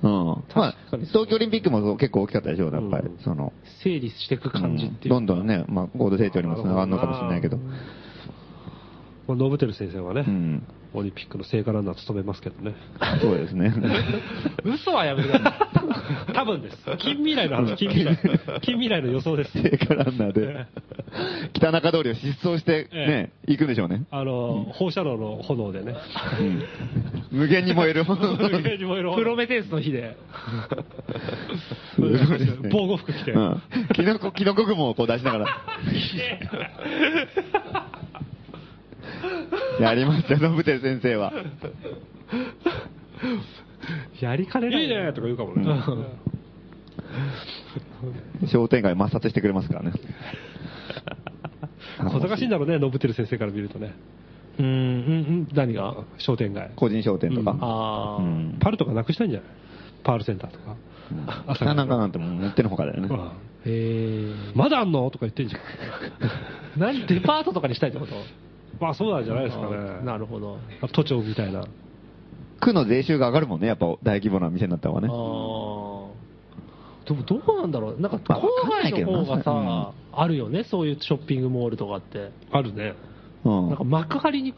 うん。まあ、東京オリンピックもそう結構大きかったでしょ、やっぱり。
うん
その、
整理していく感じっていう、
どんどんね、まあ、高度成長にもつながるのかもしれないけど。
まあノブテル先生はね、
うん。
オリンピックの聖火ランナー務めますけどね
そうですね。
嘘はやめてくだ さい多分です
近未来の話近未来近未来の予想です
聖火ランナーで、北中通りを疾走して、ね、行くんでしょうね。
あの放射能の炎でね
無限に燃える。
プ
プ
ロメテウスの日で
防護服着て、
うんキノコ、キノコ雲をこう出しながら。やりました、ノブテル先生は。
やりかねない
いいねとか言うかもね、
商店街抹殺してくれますからね。
小賢しいんだろうね、ノブテル先生から見るとね、
うんうんうん何が
商店街、
個人商店とか。
あ
う
ー
ん
パルとかなくしたいんじゃないパールセンターとか、
北中なんてもう持ってのほかだよね。
へえ
まだあんのとか言ってんじゃん、
何デパートとかにしたいってこと
まあそうなんじゃないですか
あー
ね、
なるほど
都庁みたいな、
区の税収が上がるもんね、やっぱ大規模な店になった方が
あ
ね。
あでもどうなんだろうなんか
まあ
郊外の方が
わかんない
さあるよねそういうショッピングモールとかって
あるね、
うん
なんか幕張に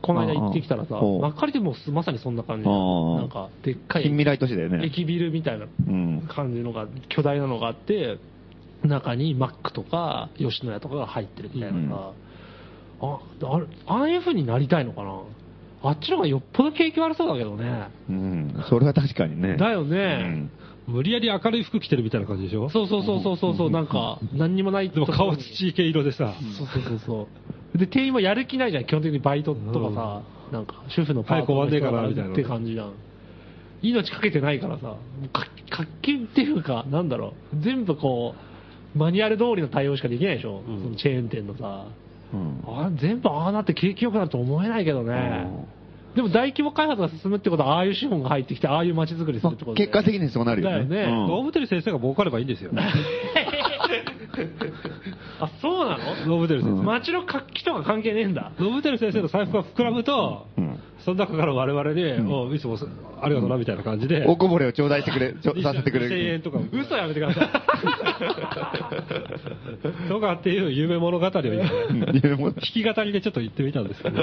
この間行ってきたらさ、
うんうん
幕張でもすまさにそんな感じ。
うんうん
なんか、でっかい
近未来都市だよね。
駅ビルみたいな
うん。
感じのが、巨大なのがあって、中にマックとか吉野家とかが入ってるみたいなさ、ああれああいう風になりたいのかな、あっちの方がよっぽど景気悪そうだけどね、
うん。それは確かにね。
だよね、
無理やり明るい服着てるみたいな感じでしょ
そうそうそうそうそうそう、なんか、何にもない
でも顔土系色でさ、
そうそうそうそう。で、店員はやる気ないじゃん、基本的にバイトとかさ、なんか、主婦のパートの人
早く終わんねえかなみたいな
って感じじゃん。命かけてないからさ、もうか活気っていうか、なんだろう、全部こう、マニュアル通りの対応しかできないでしょ、
うん
そのチェーン店のさ。
うん。
あ全部ああなって景気良くなると思えないけどね。でも大規模開発が進むってことは、ああいう資本が入ってきて、ああいう街づくりす
ま
るってこと
あ
で
結果的にそうなるよね。
だよね
うん
動物先生が儲かればいいん ですよ。
あ、そうなの
ノブテル先
う
生。
ん
街の活気とか関係ねえんだ。
ノブテル先生の財布が膨らむと、
うん
その中から我々に、おういつもありがとうなみたいな感じで、
おこぼれを頂戴してくれ、ちょ
2000
させてくれ
2000円
る。
とか、
嘘やめてください。
とかっていう夢物語を今ね
うんいやもう
弾き語りでちょっと言ってみたんですけど、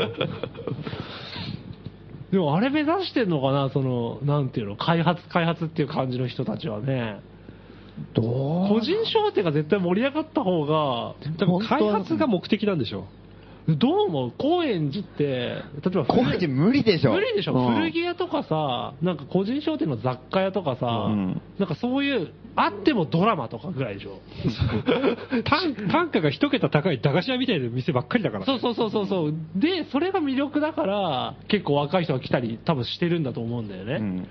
でもあれ目指してんのかな、その、なんていうの、開発、開発っていう感じの人たちはね。個人商店が絶対盛り上がった方が、
多分開発が目的なんでしょ
どうも、高円寺って、例えば古
高円寺無理でしょ。
無理でしょ、
うん
古着屋とかさ、なんか個人商店の雑貨屋とかさ、
ん
なんかそういう、あってもドラマとかぐらいで しょ。
単単価が一桁高い駄菓子屋みたいな店ばっかりだから。
そうそうそうそうそう。で、それが魅力だから、結構若い人が来たり、多分してるんだと思うんだよね。
うん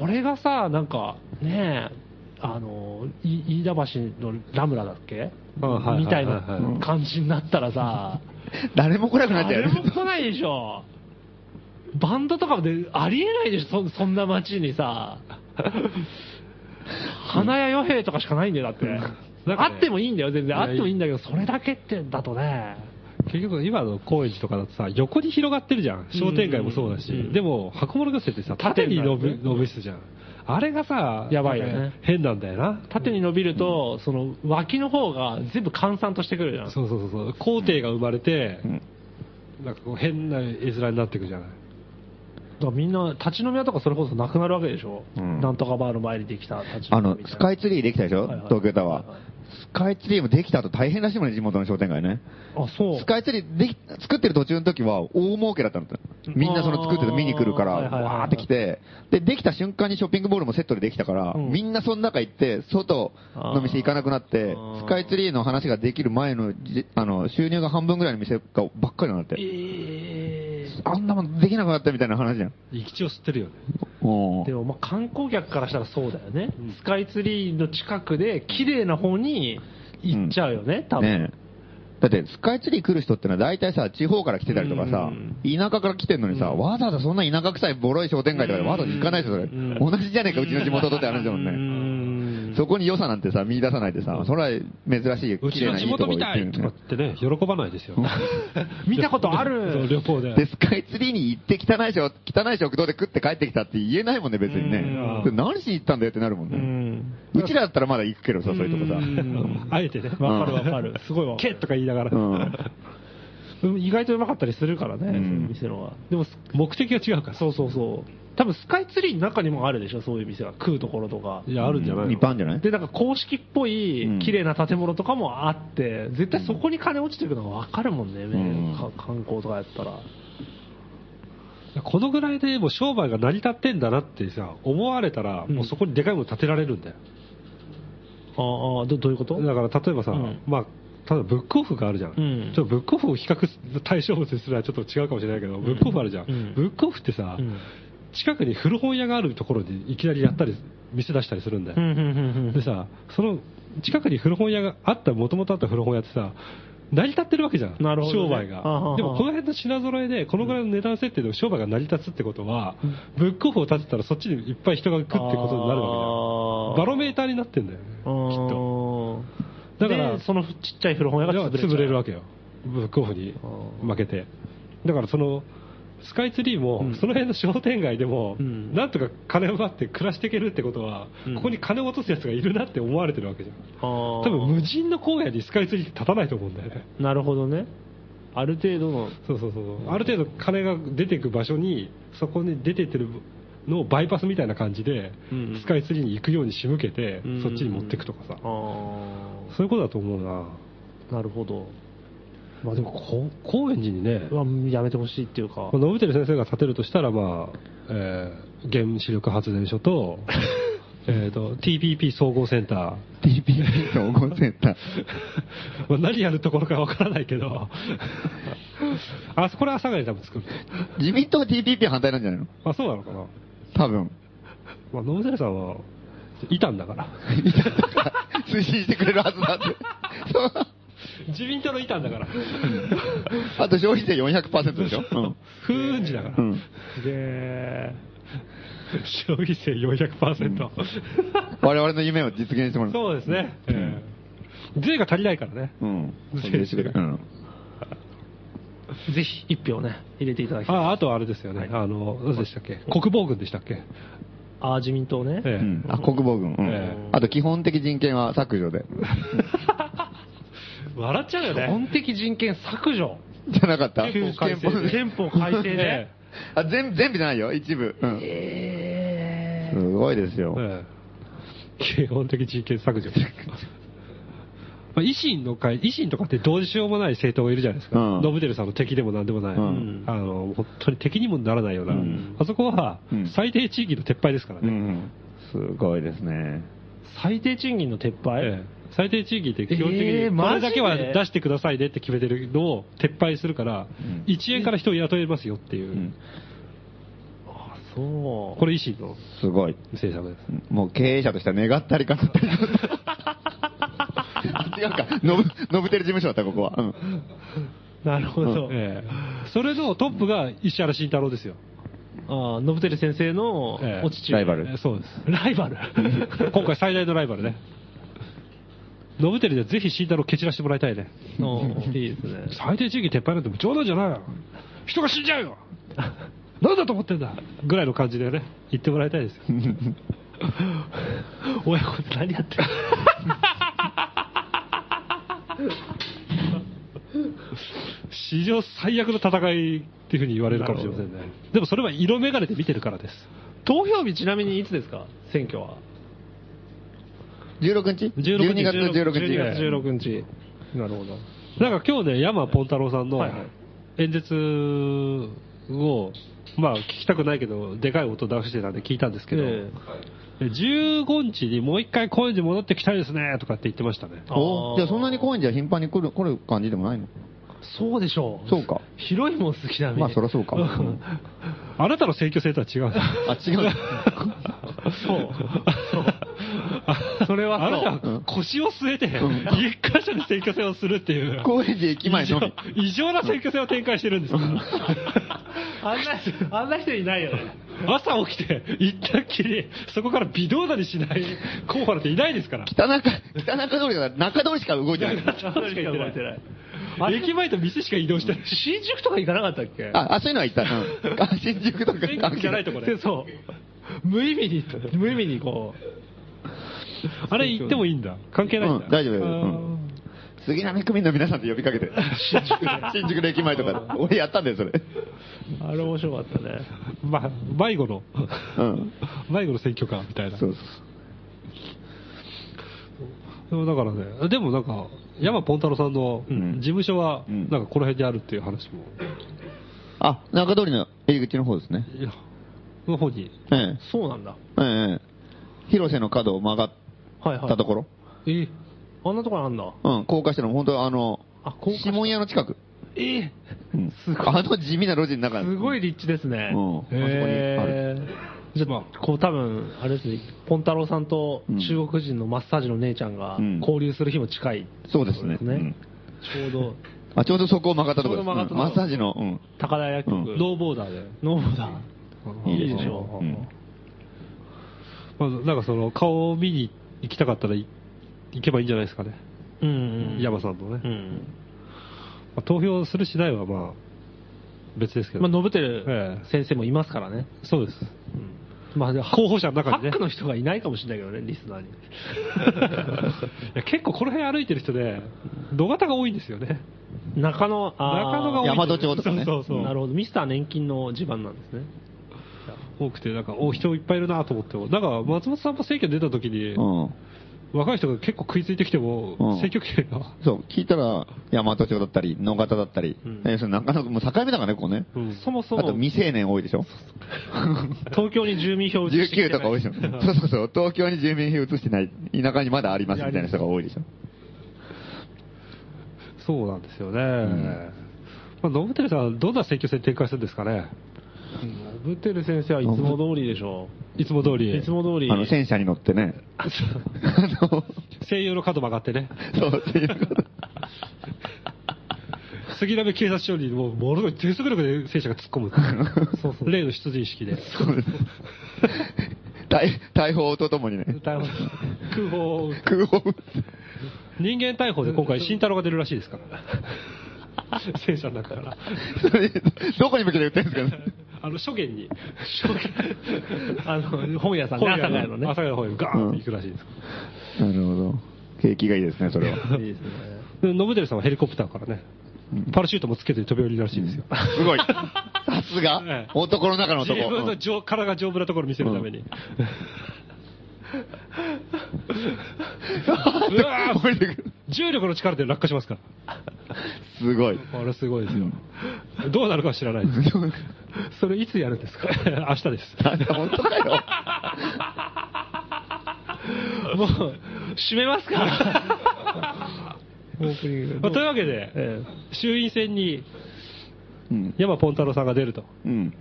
それがさ、なんかねえ、あの、い飯田橋のラムラだっけ
うんはいはいはいはい
みたいな感じになったらさ、
誰も来なくなっちゃ
誰
うよ
も
ね。
来ないでしょ。バンドとかでありえないでしょ、そそんな街にさ。花屋与兵とかしかないんだよ、だって。
なんか
あ
ね
ってもいいんだよ、全然。
い
あ
や
ってもいいんだけど、それだけってだとね。
結局今の高円寺とかだとさ、横に広がってるじゃん。商店街もそうだし。
うん
でも、箱物合戦ってさ、縦に伸び、伸びすじゃん。あれがさ、
やばいよね
なんか変なんだよな。
縦に伸びると、その脇の方が全部閑散としてくるじゃん。
そうそうそうそう。皇帝が生まれて、
うん
なんかこう変な絵面になっていくじゃない。
だからみんな立ち飲み屋とかそれこそなくなるわけでしょ、
うん
なんとかバーの前にできた立ち飲
あ
み屋
の
み、たいな
スカイツリーできたでしょ
はいはい
東京タワ
は
ー
いはい。
スカイツリーもできた後大変らしいもんね、地元の商店街ね。
あそう
スカイツリーでき作ってる途中の時は大儲けだったんだってみんなその作ってるの見に来るから、
あーはいはいはいはい
わーって来て、で、できた瞬間にショッピングモールもセットでできたから、
うん
みんなその中行って、外の店行かなくなっ
あ
て
ー、
スカイツリーの話ができる前のじあの収入が半分ぐらいの店がばっかりなんだって。
え
あんなもんできなくなったみたいな話じゃん。
行き地を知ってるよね。
ーでもまあ観光客からしたらそうだよね、スカイツリーの近くで綺麗な方に行っちゃうよね、多分、
ねえだって、スカイツリー来る人ってのは大体さ、地方から来てたりとか
う
さ
ん、
田舎から来てんのにさ、わざわざそんな田舎臭いボロい商店街とかでわざわざ行かないですよ、そ
う
れ。
ん
同じじゃねえか、うちの地元とって話だも
うん
ね。
ん
そこに良さなんてさ、見出さないでさ、それは珍しい、
う
綺
ち
麗
の
ない
地
いとこ
元
行
み
ったてる
いとか
ね
っ。てね、喜ばないですよ。
見たことあ
そう
る
旅行で。
で、スカイツリーに行って汚い食、汚い食堂で食って帰ってきたって言えないもんね、別にね。
う
で何しに行ったんだよってなるもん
う
ね。
ん
うちらだったらまだ行くけどさ、そういうとこさ。
うん
あえてね。
わかるわかるすごいわか
け
る
とか言いながら。
うん
うん意外とうまかったりするからね、そ
ん
ういう店のはでもす
目的が違うから。
そうそうそう多分スカイツリーの中にもあるでしょそういう店は食うところとか
いや、あるんじゃないの
いっぱいあるんじゃない
でなんか公式っぽ
う
い
ん
綺麗な建物とかもあって、絶対そこに金落ちてくのが分かるもんね、
ん
か観光とかやったら
このぐらいでもう商売が成り立ってんだなってさ、思われたら、
うん
もうそこにでかいもの建てられるんだよ。
ああどどういうこと
だから例えばさ、
うん
まあ、ただブックオフがあるじゃん。
うん
ちょっとブックオフを比較す対象物にするのはちょっと違うかもしれないけど、ブックオフあるじゃん。
うん
ブックオフってさ、
うん
近くに古本屋があるところにいきなりやったり、店出したりするんだよ。
うんうんうんう
で
ん
さ、その近くに古本屋があった、もともとあった古本屋ってさ、成り立ってるわけじゃん、
なるほどね
商売が
あはは。
でもこの辺の品揃えで、このぐらいの値段設定でも商売が成り立つってことは、ブックオフを建てたらそっちにいっぱい人が来るってことになるわけじゃ
あー
ん。バロメーターになってんだよね、きっ
あ
と。
ー
だから
でそのちっちゃい古本屋
だから
が潰れちゃう
潰れるわけよ、ブックオフに
あー
負けて。だからその、スカイツリーも、
うん
その辺の商店街でも、
うん
なんとか金を奪って暮らしていけるってことは、
うん
ここに金を落とすやつがいるなって思われてるわけじゃん。
あー
多分無人の荒野にスカイツリーって立たないと思うんだよね。
なるほどねある程度の、
そうそうそうそう。ある程度金が出てく場所に、そこに出てってるのをバイパスみたいな感じで
うんうん、
スカイツリーに行くように仕向けて
うんうんうん、
そっちに持ってくとかさ。
あ
そういうことだと思うな。
あ、なるほど。
まあでも、こう高円寺にね
う、わやめてほしいっていうか
こ、の信照先生が建てるとしたら、まあ、えー原子力発電 所と、えーと、TPP 総合センター。
TPP 総合センター。
まあ何やるところかわからないけど、 あそこら朝霞で多分作る。
自民党は TPP 反対なんじゃないの
あ、そうなのかな。
多分。
まあ、ノブゼルさんは、いたん だから。
推進してくれるはずなんで。 そう
自民党のいた んだから。
あと消費税400%でしょ、うん
風雲児だから。
うん
で、消費税400%。
我々の夢を実現してもらう。
そうですね、えー税が足りないからね。
うん。
そうですね
うん
ぜひ一票ね、入れていただきたい。
ああとはあれですよね、あの、どうでしたっけ、国防軍でしたっけ、
ああ、自民党ね。
ええ
うんあ、国防軍。うん
ええ
あと基本的人権は削除で。
笑っちゃうよ
基
ね、
本的人権削除。
じゃなかった
憲法改正
憲法
憲法改正で
え。
あ全部全部じゃないよ、一部。うん
え
すごいですよ。
ええ基本的人権削除。まあ、維新の会、維新とかってどうしようもない政党がいるじゃないですか。
うん
ノブデルさんの敵でもなんでもない。
うん
あの、本当に敵にもならないような。
うん
あそこは
うん、
最低地域の撤廃ですから
う
ね。
ん。すごいですね。
最低賃金の撤廃、
ええ最低地域って基本的
ええ
に、こ
マジ
れ
で
だけは出してくださいねって決めてるのを撤廃するから
ん、。
1円から人を雇えますよっていううん
あそう。
これ維新の
すごい。
政策です。
もう経営者としては願ったりかなったり だった。違うか、ノブ、ノブテル事務所だった、ここは。うん
なるほど。
ええそれのトップが石原慎太郎ですよ。
ああ、ノブテル先生の
ええ
お父
ライバル
ええそうです。
ライバル。
今回最大のライバル ね。ノブテルではぜひ慎太郎を蹴散らしてもらいたいね。
おーいいですね。
最低地域撤廃なんて冗談じゃないよ。人が死んじゃうよ。なんだと思ってんだぐらいの感じでね、言ってもらいたいですよ。
親子で何やってる
史上最悪の戦いっていうふうに言われるかもしれませんね。でもそれは色眼鏡で見てるからです。
投票日ちなみにいつですか選挙は。
16日 ?12 月16日。
12月16日。なるほど。
なんか今日ね、山ポン太郎さんの
はいはい
演説を、まあ聞きたくないけど、でかい音出してたんで聞いたんですけど、
え
で15日にもう一回高円寺戻ってきたいですねとかって言ってましたね。
あ
お
ー
じゃあそんなに高円寺は頻繁に来る来る感じでもないの
そうでしょう。
そうか。
広いもん好きなのに
まあそりゃそうか。
ん
あなたの選挙制とは違うんですよ
あ、違う。
そう。 そうそれは
あな
そう。
た、腰を据えて、一箇所で選挙戦をするっていう、
高円寺駅前のみ。
異常な選挙戦を展開し てるんです よ
あんな人、あんな人いないよね。
朝起きて、行ったっきり、そこから微動だにしない候補なんていないですから。
北中、北中通りだから中通りしか動いてない。
確かに覚えてない。あれ
駅前と店しか移動してないし、
新宿とか行かなかったっけ
あ、あそういうのは行った。うんあ新宿とか
全国じゃないとこ
で
で。
そう。無意味に、無意味にこ
あれ行ってもいいんだ。関係ないんだ。
うん大丈夫大丈夫うん杉並区民の皆さんって呼びかけて。新宿の駅前とかで。俺やったんだよ、それ。
う、あれ面白かったね。
まあ、迷子の、
うん。
迷子の選挙か、みたいな。
そう
でもだからね、でもなんか、山ポン太郎さんの
ん
事務所は、
うん
なんかこの辺にあるっていう話も、
あ、中通りの入り口の方ですね。
いや、の方に、
ええ。
そうなんだ。
ええ。広瀬の角を曲が
はいは
っ
い。
たところ。
えあんなところあんだ。
うん、高架下の、本当あの、
あ、高架
指紋屋の近く。
え
うんあの地味な路地の中
すごい立地ですね。
うん
へーじゃあ、こう多分、あれですね、ポン太郎さんと
うん
中国人のマッサージの姉ちゃんが
うん
交流する日も近い、
そうですね。うん
ちょうど、
あ、ちょうどそこを曲がったところです。
ちょうど曲がったとこ
うんマッサージの、うん。
高田薬局、
うん
ノーボーダーで。
ノーボだ。いいでしょ
う。ん
まあ、なんかその、顔を見に行きたかったらい行けばいいんじゃないですかね。
うんうん。
山さんのね。
う
ま
ん。
あ投票するしないはまあ、別ですけど。
まあ、ノブテル
ええ
先生もいますからね。
そうです。
まあ、でハ
候補者の中に
ッ
ね
ク。の人がいないかもしれないけどね、リスナーに。
いや結構この辺歩いてる人で、野方が多いんですよね。
中野、
中野が多い
大和町とかね
そうそうそう
なるほど。ミスター年金の地盤なんですね。
多くて、なんか、お、人いっぱいいるなと思っても、なんか、松本さんも選挙出た時に、
うん。
若い人が結構食いついてきても、
うん
選挙権が、
そう、聞いたら、大和町だったり、野方だったり、
うん
えそれなかなかもう境目だからね、ここね。
そもそ
あと
も、
未成年多いでしょ。
東京に住民票を移してきて
19とか多 いでしょ。そうそうそう、東京に住民票移してない、田舎にまだありますみたいな人が多いでしょ。
そうなんですよね。まあ、ノブテルさん、どんな選挙戦展開するんですかね。
ブテル先生はいつも通りでしょ
いつも通り。
いつも通り。
あの、戦車に乗ってね。あの、
声優の角曲がってね。
そう、っていうこと
杉並警察署にもう、ものすごい低速力で戦車が突っ込む。 そうそう。例の出陣式で。
そうです。大大砲とともにね。
逮捕空砲、
空砲撃って
人間逮捕で今回、慎太郎が出るらしいで すから。戦車の中から。
それどこに向けて撃ってるんですか ね。
あの、初見に。
あの、本屋さんね、
本
朝
屋
から
の
の
ね。
ね
朝。からの方にガーンって行くらしいです。
なるほど。景気がいいですね、それは。
いいですね。
でノブデルさんはヘリコプターからね、パラシュートもつけて飛び降りるらしいですよ。
す ごい。さすが
ええ。
男の中の
自
男。
分の上体が丈夫なところを見せるた めに。
うん
うわー
降りてくる
重力の力で落下しますか
すごい。
ら。あれすごいですよ。どうなるかは知らないです。 それいつやるんですか 明日です。
なんだ本当か
も
よ。
う、閉めますか
まあというわけで、衆院選に
うん。
山ポン太郎さんが出ると
うん。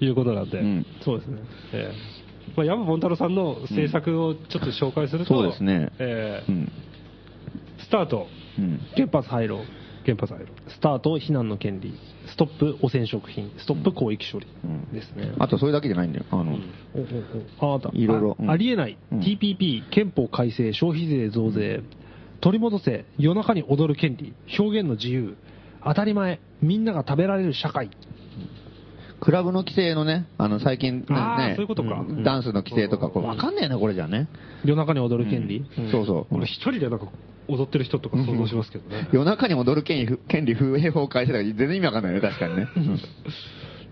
いうことなんで、
うん
そうですね。
ええまあ、山ポン太郎さんの政策をちょっと紹介すると、
そうですね。
え
う
え
ん。
スタート、
うん。
原発廃炉。
原発廃炉。
スタート避難の権利、ストップ汚染食品、ストップ広域処理
うん
ですね。
あと、それだけじゃないんだよ。あの、
おおおあだ
いろいろうん
あありえない、
うん
TPP、憲法改正、消費税増税、取り戻せ、夜中に踊る権利、表現の自由、当たり前、みんなが食べられる社会。
クラブの規制のね、あの、最近ね、
あー
ね
そういうことか
んダンスの規制とか、これわかんねえな、これじゃね。
夜中に踊る権利、
うんそうそう。
俺一人でなんか踊ってる人とか想像しますけどね。
夜中に踊る権利ふ権利風営法改正だから全然意味わかん ないよね、確かにね。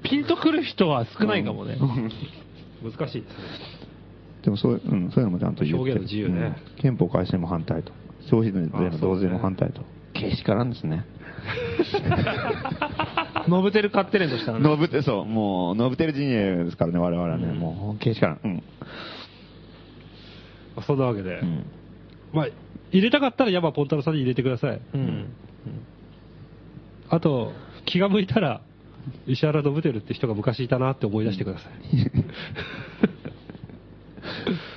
ピンとくる人は少ないかもね。
難しいですね。
でもそう,、うん、そういうのもちゃんと言って
表現の自由ね
うん憲法改正も反対と。消費税の増税も反対と。けしからんですね。
ノブテル勝手連としたらね。
ノブテ、そう、もう、ノブテル陣営ですからね、我々はね。もう、けしからん。うん。
まあそんなわけで、
うん
まあ、入れたかったら山ポン太郎さんに入れてください。
うん。
あと、気が向いたら、石原信輝って人が昔いたなって思い出してくださ い。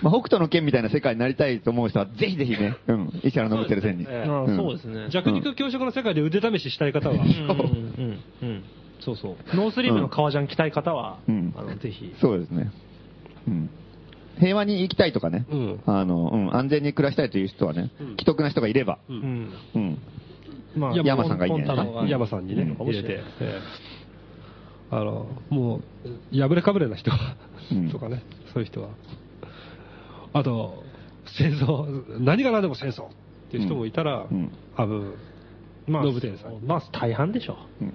まあ、北斗の剣みたいな世界になりたいと思う人は、ぜひぜひね、うん、石原伸晃戦に。
ええ
あ
うん
そうですね。
弱肉強食の世界で腕試ししたい方は、
うんうんうん。そうそう。ノースリーブの革ジャン着たい方は、
うん
あのぜひ。
そうですね。うん。平和に生きたいとかね、
うん
あの、うん、安全に暮らしたいという人はね、
うん
既得な人がいれば、
う
うんん。
うん。
ま
いや山さんがいいね
ポンタロウが
山さんにね、
うん
入れて、ええあの、もう、破れかぶれな人は
うん
とかね、そういう人は。あと、戦争、何が何でも戦争っていう人もいたら、
うん
あぶ、
まあ、
ノブテルさんに。
まあ、大半でしょ。
うん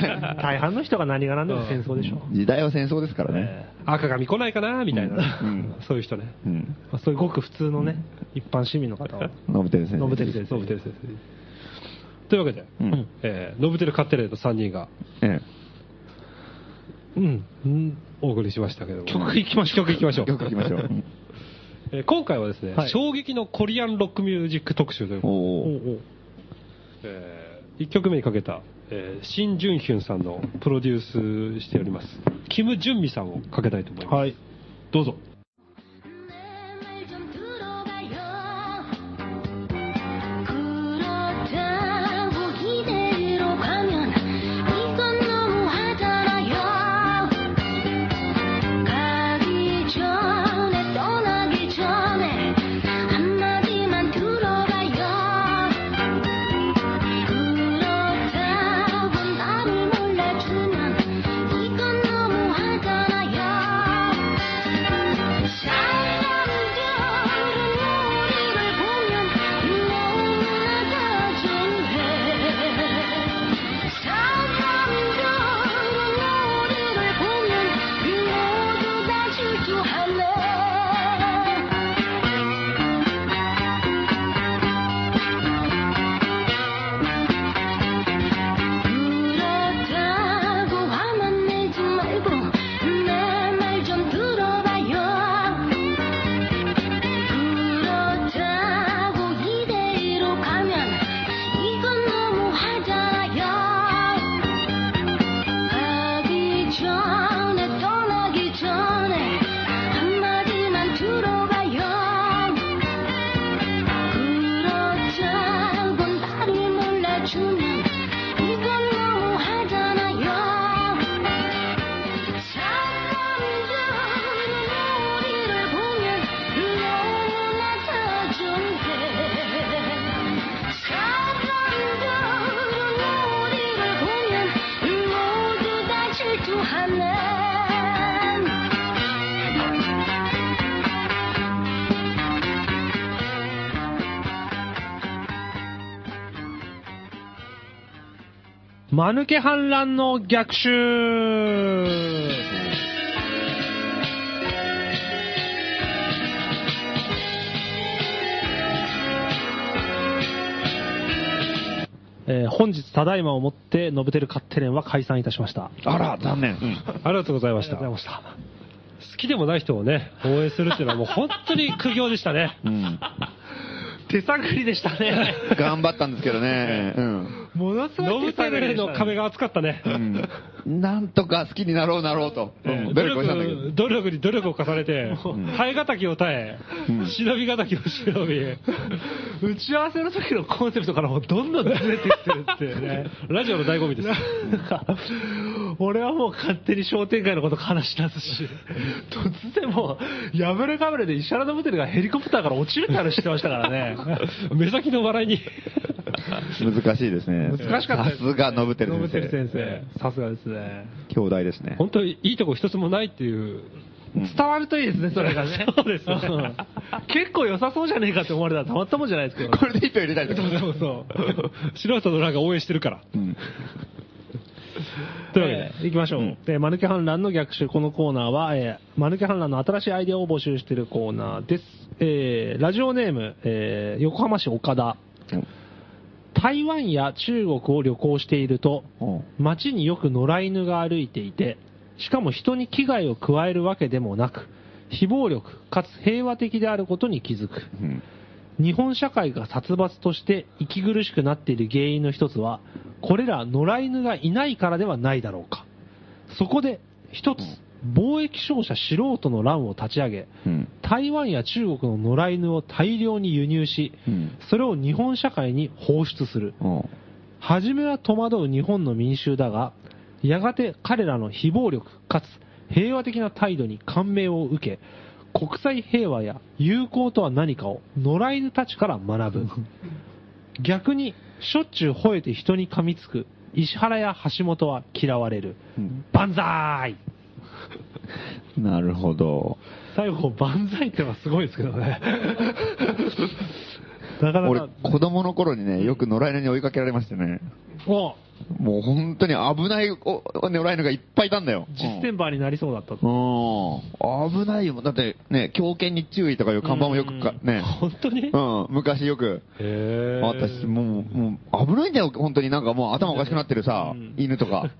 大半の人が何が何でも戦争でしょ。
時代は戦争ですからね。
赤髪来ないかなみたいな、
うん
そういう人ね。
うん。
まあそういうごく普通のね、一般市民の方は。
ノブテル先生。
ノブテル先
先生、
生
ノブテル先生。というわけで、
う
うん
ん。
えー、ノブテルカッテレーの3人が、
え
うん、お送りしましたけども。
曲行きましょう。
曲行きましょ
え。
う。
よく聞きましょう。うん
えー今回はですね、
はい
衝撃のコリアンロックミュージック特集ということで
おー
え1曲目にかけた、えー、シン・ジュンヒュンさんのプロデュースしております、キム・ジュンミさんをかけたいと思います。
はい。
どうぞ。
내말 좀 들어봐요 그렇다고 기대로 가면 이건 너무하잖아요 가기 전에 떠나기 전에 한마디만 들어봐요 그렇다고 나를 몰라주면 이건 너무하잖아요 그렇죠.
間抜け反乱の逆襲えー本日ただいまをもって、ノブテルカッテレンは解散いたしました。
あら、残念。
ありがとうございました。好きでもない人をね、応援するっていうのはもう本当に苦行でしたね。
うんうん
手探りでしたね。
頑張ったんですけどね。うん
ものすごい
ノブテルの壁が厚かったね。
うん。なんとか好きになろうなろうと。うん努力をしたんだけど。
努力に努力を重ねて、耐え敵を耐え、忍び敵を忍び、
打ち合わせの時のコンセプトからもうどんどんずれてきてるっていうね。
ラジオの醍醐味です。
なんか、俺はもう勝手に商店街のこと話し出すし、突然もう、破れかぶれで石原のホテルがヘリコプターから落ちるって話してましたからね。
目先の笑いに。
難しいですね。
難しかったで
さ
す
すが、ノブテル
ノブテル
先生。
先生、さすがですね。
兄弟ですね。
本当にいいとこ一つもないっていう。
伝わるといいですね、それがね。そうです、結構良さそうじゃねえかって思われたらたまったもんじゃないですけどね。
これで一票入れたりとか。
そうそう。
素人のなんか応援してるから。
うん
というわけで、行きましょう。で、マヌケ反乱の逆襲、このコーナーは、えー、マヌケ反乱の新しいアイデアを募集しているコーナーです。えー、ラジオネーム、えー、横浜市岡田。台湾や中国を旅行していると、
うん
街によく野良犬が歩いていて、しかも人に危害を加えるわけでもなく、非暴力かつ平和的であることに気づく。
うん
日本社会が殺伐として息苦しくなっている原因の一つは、これら野良犬がいないからではないだろうか。そこで、一つ、貿易商社素人の乱を立ち上げ、
うん
台湾や中国の野良犬を大量に輸入し、
うん
それを日本社会に放出する。
うん
初めは戸惑う日本の民衆だが、やがて彼らの非暴力かつ平和的な態度に感銘を受け、国際平和や友好とは何かを野良犬たちから学ぶ。逆に、しょっちゅう吠えて人に噛みつく石原や橋本は嫌われる。
うん
万歳
なるほど。
最後、万歳ってのはすごいですけど ね。なかな
俺
か、、
子供の頃にね、よく野良犬に追いかけられましてね。
お
もう本当に危ないおお野良犬がいっぱいいたんだよ。
実践バーになりそうだったと。
うん。危ないよ。だってね、狂犬に注意とかいう看板もよくか、ね。
本当に
うん、昔よく。
へ
あったし、もう、もう、危ないんだよ、本当に。なんかもう頭おかしくなってるさ、犬とか。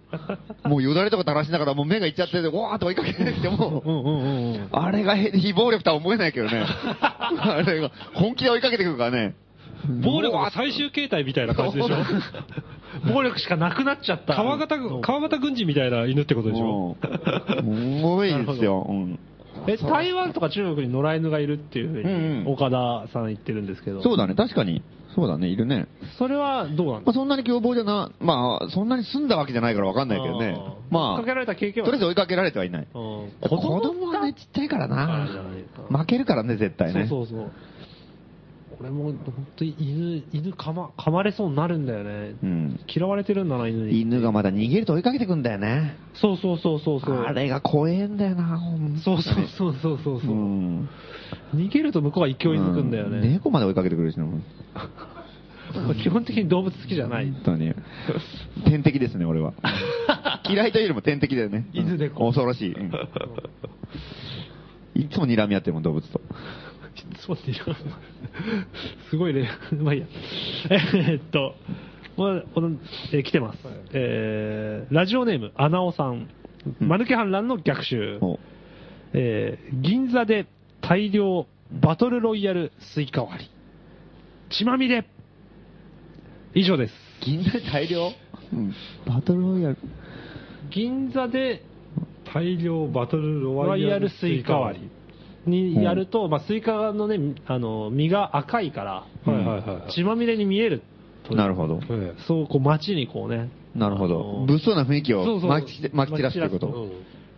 もうよだれとか垂らしながら、もう目がいっちゃってて、わーっと追いかけてきて、もう、
うんうんうんうん。
あれがへ非暴力とは思えないけどね。あれが、本気で追いかけてくるからね。
暴力の最終形態みたいな感じでしょ
暴力しかなくなっちゃった。
川端軍、川端軍人みたいな犬ってことでしょ
うんすごいですよ。うん
え、台湾とか中国に野良犬がいるっていうふ
うん
う
うん
に、岡田さん言ってるんですけど。
そうだね、確かに。そうだね、いるね。
それはどうなん
ま
で
あ、そんなに凶暴じゃな、まあ、そんなに住んだわけじゃないからわかんないけどね
あ。ー
まあ、
追っかけられた経験は
とりあえず追いかけられてはいない。
うん
子供はね、ちっちゃいから
から
な
じゃないか。
負けるからね、絶対ね。
そうそうそう。これも、本当に犬、犬噛ま、噛まれそうになるんだよね。
うん。
嫌われてるんだな、犬に。
犬がまだ逃げると追いかけてくんだよね。
そうそうそうそうそう。
あれが怖えんだよな、ほんと
そうそうそうそうそうそうう、
ん。
逃げると向こうは勢いづくんだよ
う
ね。
猫まで追いかけてくるしな、本
基本的に動物好きじゃない。
当に。天敵ですね、俺は。嫌いというよりも天敵だよね。
犬猫
うん恐ろしい。うんいつも睨み合ってるもん、動物と。
そうって言うすごいね。 まあいいや。えーっと、まあこのえー来てます。えーラジオネーム、アナオさん。
うん
マヌケ反乱の逆襲。
お
えー銀座で大量バトルロイヤルスイカ割り。血まみれ以上です。
銀座で大量バトルロイヤル。
銀座で
大量バトルロ
ロ
ワ
イ
イ
ヤ
ヤ
ル
ル
ス
ス
イ
イ
カ
カ
割
割
りにやると、まあ、スイカのね、あの、実が赤いから、
り。はいはいはいはい。
血まみれに見えるという
なるほど。
ええ
そう、こう街にこうね。
なるほ
あの
ど。物騒な雰囲気
そう
を
そう
まき散まき散らすというこ
まき散ら
と。
うん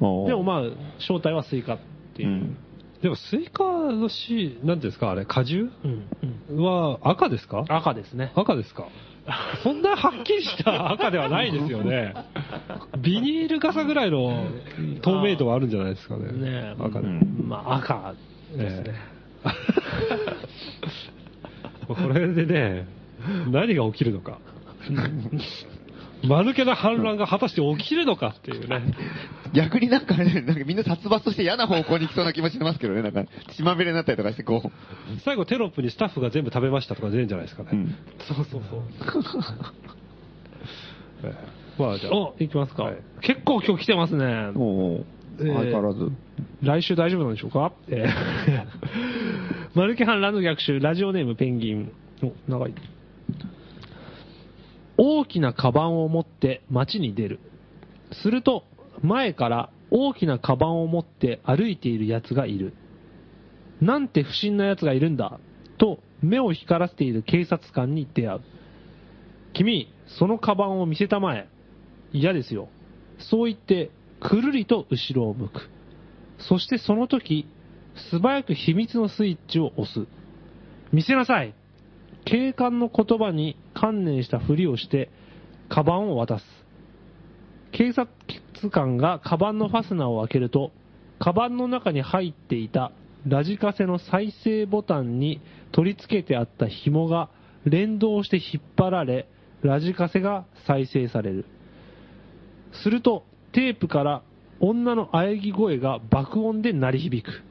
おう
でもまあ、正体はスイカっていうう。
ん
でもスイカのし、なんていうんですか、あれ、果汁
うんうん
は赤ですか
赤ですね。
赤ですかそんなはっきりした赤ではないですよね。ビニール傘ぐらいの透明度はあるんじゃないですかね。
ねえ
赤で。
うん
まあ、赤です ね。
これでね、何が起きるのか。間抜けな反乱が果たして起きるのかっていうね。
逆になんかね、 なんかみんな殺伐として嫌な方向に行きそうな気もしますけどね、なんか、血まみれになったりとかして、こう。
最後テロップにスタッフが全部食べましたとか出るんじゃないですかね。
うん
そうそう そう。
ええまあじゃあ。
お、いきますか
はい。
結構今日来てますね。
もう、
えー
相変わらず。
来週大丈夫なんでしょうかえー マルケ反乱の逆襲、ラジオネームペンギン。お、長い。大きなカバンを持って街に出る。すると、前から大きなカバンを持って歩いている奴がいる。なんて不審な奴がいるんだ、と目を光らせている警察官に出会う。君、そのカバンを見せたまえ。嫌ですよ。そう言って、くるりと後ろを向く。そしてその時、素早く秘密のスイッチを押す。見せなさい警官の言葉に観念したふりをして、カバンを渡す。警察官がカバンのファスナーを開けると、カバンの中に入っていたラジカセの再生ボタンに取り付けてあった紐が連動して引っ張られ、ラジカセが再生される。すると、テープから女の喘ぎ声が爆音で鳴り響く。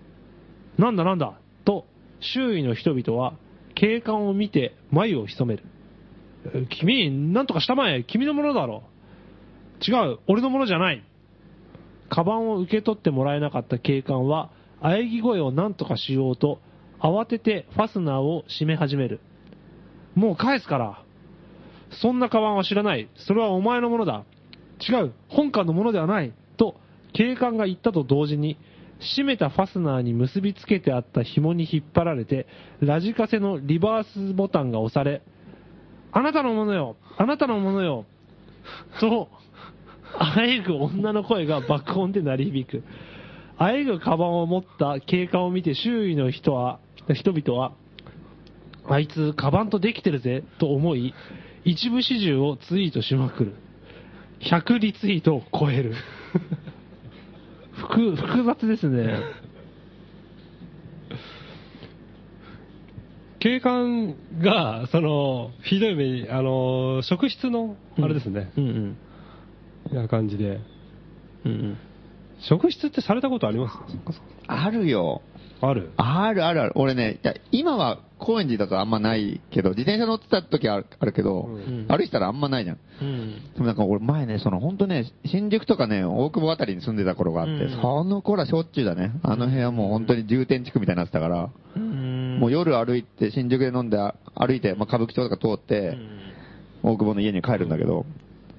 なんだなんだと、周囲の人々は警官を見て眉を潜める。え君、なんとかしたまえ君のものだろ違う俺のものじゃないカバンを受け取ってもらえなかった警官は、喘ぎ声をなんとかしようと、慌ててファスナーを閉め始める。もう返すからそんなカバンは知らない。それはお前のものだ。違う。本官のものではない。と、警官が言ったと同時に、閉めたファスナーに結びつけてあった紐に引っ張られて、ラジカセのリバースボタンが押され、あなたのものよあなたのものよと、あえぐ女の声が爆音で鳴り響く。あえぐカバンを持った警官を見て周囲の人は、人々は、あいつ、カバンとできてるぜ、と思い、一部始終をツイートしまくる。100リツイートを超える。複複雑ですね。
警官が、その、ひどい目に、あの、職質の、あれですね、
うんうん。
な感じで。
うんうん、
職質ってされたことあります
あるよ。
ある
あるあるある。俺ね、いや今は高円寺だとあんまないけど、自転車乗ってた時はあるあるけど、
ん
歩いてたらあんまないじゃん。
うん。
でもなんか俺前ね、その本当ね、新宿とかね、大久保あたりに住んでた頃があって、
うん
その頃はしょっちゅうだね。あの辺はもう本当に重点地区みたいになってたから、
うん。
もう夜歩いて、新宿で飲んで、歩いて、まあ、歌舞伎町とか通って、大久保の家に帰るんだけど、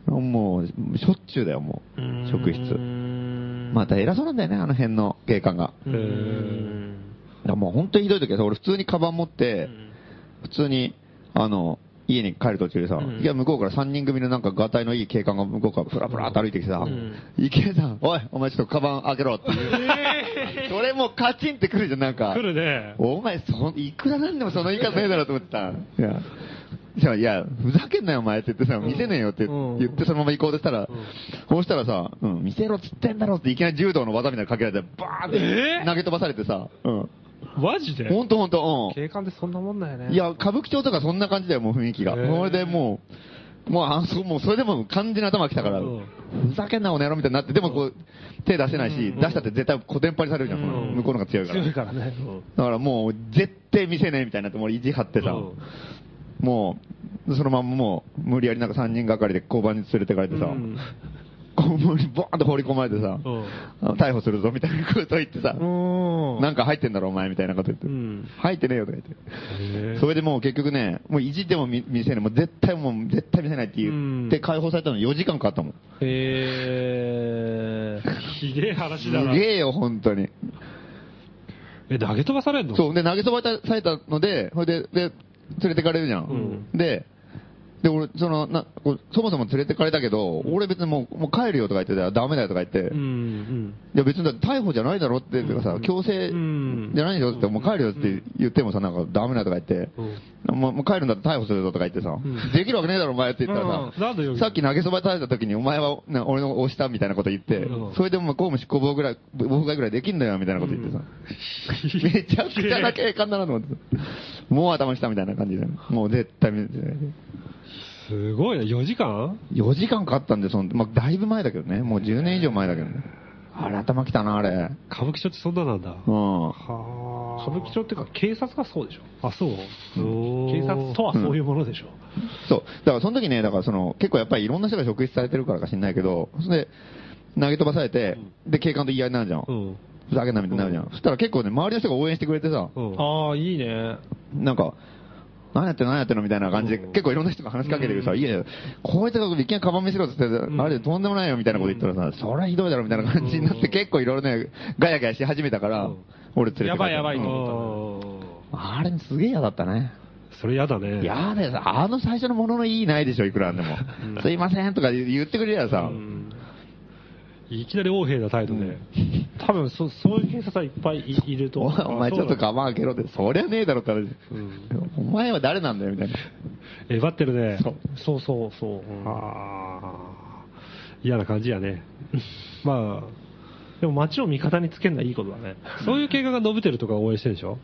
もう、しょっちゅうだよ、もう。職質。また偉そうなんだよね、あの辺の警官が。
う
へ
ん
ー。
だからもう本当にひどい時はさ、俺普通にカバン持って、普通に、あの、家に帰る途中でさ、
うん
いや、向こうから3人組のなんか、がたいのいい警官が向こうからふらふらっと歩いてきてさ、
ん
池江さん、おい、お前ちょっとカバン開けろっていう。それもうカチンってくるじゃん、なんか。
来るね。
お前そ、いくらなんでもその言い方ねえだろと思ってた。いやじゃあ、いや、ふざけんなよ、お前って言ってさ、見せねえよって
うん
言って、そのまま行こうとしたら、こうしたらさ、うん、見せろっつってんだろって、いきなり柔道の技みたいなのかけられて、バーンって投げ飛ばされてさ、うん。
マジで
ほんとほんと、
警官ってそんなもんだよ
う
ね。
ん。いや、歌舞伎町とかそんな感じだよ、もう雰囲気が。
へえ
それでもう、もう、あ、そう、もうそれでも完全に頭きたから、
うん
ふざけんな、おの野郎みたいになって、でもこう、手出せないし、出したって絶対小手んぱりされるじゃん、この向こうの方が強いから。
強いからね。
だからもう、絶対見せねえみたいになって、もう意地張ってさ、
うん
もう、そのまんまもう、無理やりなんか3人がかりで交番に連れてかれてさ、交番にボーンと放り込まれてさ、
うん
あの逮捕するぞみたいなこと言ってさ、
うん。
なんか入ってんだろお前みたいなこと言って、
うん
入ってねえよとか言っ
へ
て、
え
それでもう結局ね、もう意地でも見見せねえ、もう絶対もう絶対見せないって言って解放されたの4時間かかったもん。
へー。
ひげえ話
す
だな。
げえよ、本当に。
え、投げ飛ばされんの
そう、で、投げ飛ばされたので、それで、で、連れてかれるじゃん。で、で、俺、その、な、こうそもそも連れてかれたけど、俺別にもう、もう帰るよとか言ってたら、ダメだよとか言って、
うん。うん。
いや別にだって逮捕じゃないだろって、とかさ、強制
ん
じゃないでしょって、もう帰るよって言ってもさ、なんかダメだとか言って、もうもう帰るんだったら逮捕するぞとか言ってさ、できるわけねえだろお前って言ったら
うんなんでよ
さ、さっき投げそばされた時にお前はな俺の押したみたいなこと言って
うん、
それでも公務執行妨ぐらい、妨害ぐらいできんだよみたいなこと言ってさ、めちゃくちゃな警官だなと思ってさ、もう頭したみたいな感じで、もう絶対見てない。
すごいな、4時間
4時間かかったんで、その、まあ、だいぶ前だけどね。もう10年以上前だけどね。あれ、頭きたな、あれ。
歌舞伎町ってそんななんだ。
う
は
ん。
あ。
歌舞伎町っていうか、警察がそうでしょ。
あ、そう
警
警
察とはそういうものでしょ。
そう。だからその時ね、だからその、結構やっぱりいろんな人が職質されてるからか知んないけど、それで、投げ飛ばされて、で、警官と言い合いになるじゃん。
うん。
ふざけんなみたいになるじゃん。そしたら結構ね、周りの人が応援してくれてさ、
うん。
ああ、いいね。
なんか、何やってんの何やってんのみたいな感じで、
うん
結構いろんな人が話しかけてるさ、いやいや、こいつがいきなりカバン見せろって言ってたら、あれとんでもないよみたいなこと言ったらさ、そりゃひどいだろみたいな感じになって、結構いろいろね、ガヤガヤし始めたから
うん、
俺連れて帰った
やばいやばいと
うん
思った。
あれすげえ嫌だったね。
それ嫌だね。
やだよ、あの最初のもののいいないでしょ、いくらなんでも。すいませんとか言ってくれりゃさ、
いきなり横柄な態度で。
多分そそういう警察はいっぱいいいると
お
思う。
お前ちょっと我慢開けろって、そりゃねえだろって話
ん
お前は誰なんだよ、みたいな。
えばってるね。
そう
そうそうそう。
ああ。嫌な感じや ね。ま
でも街を味方につけるのはいいことだね。
あ、そういう警官が伸びてるとか応援してるでしょ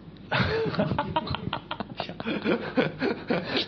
き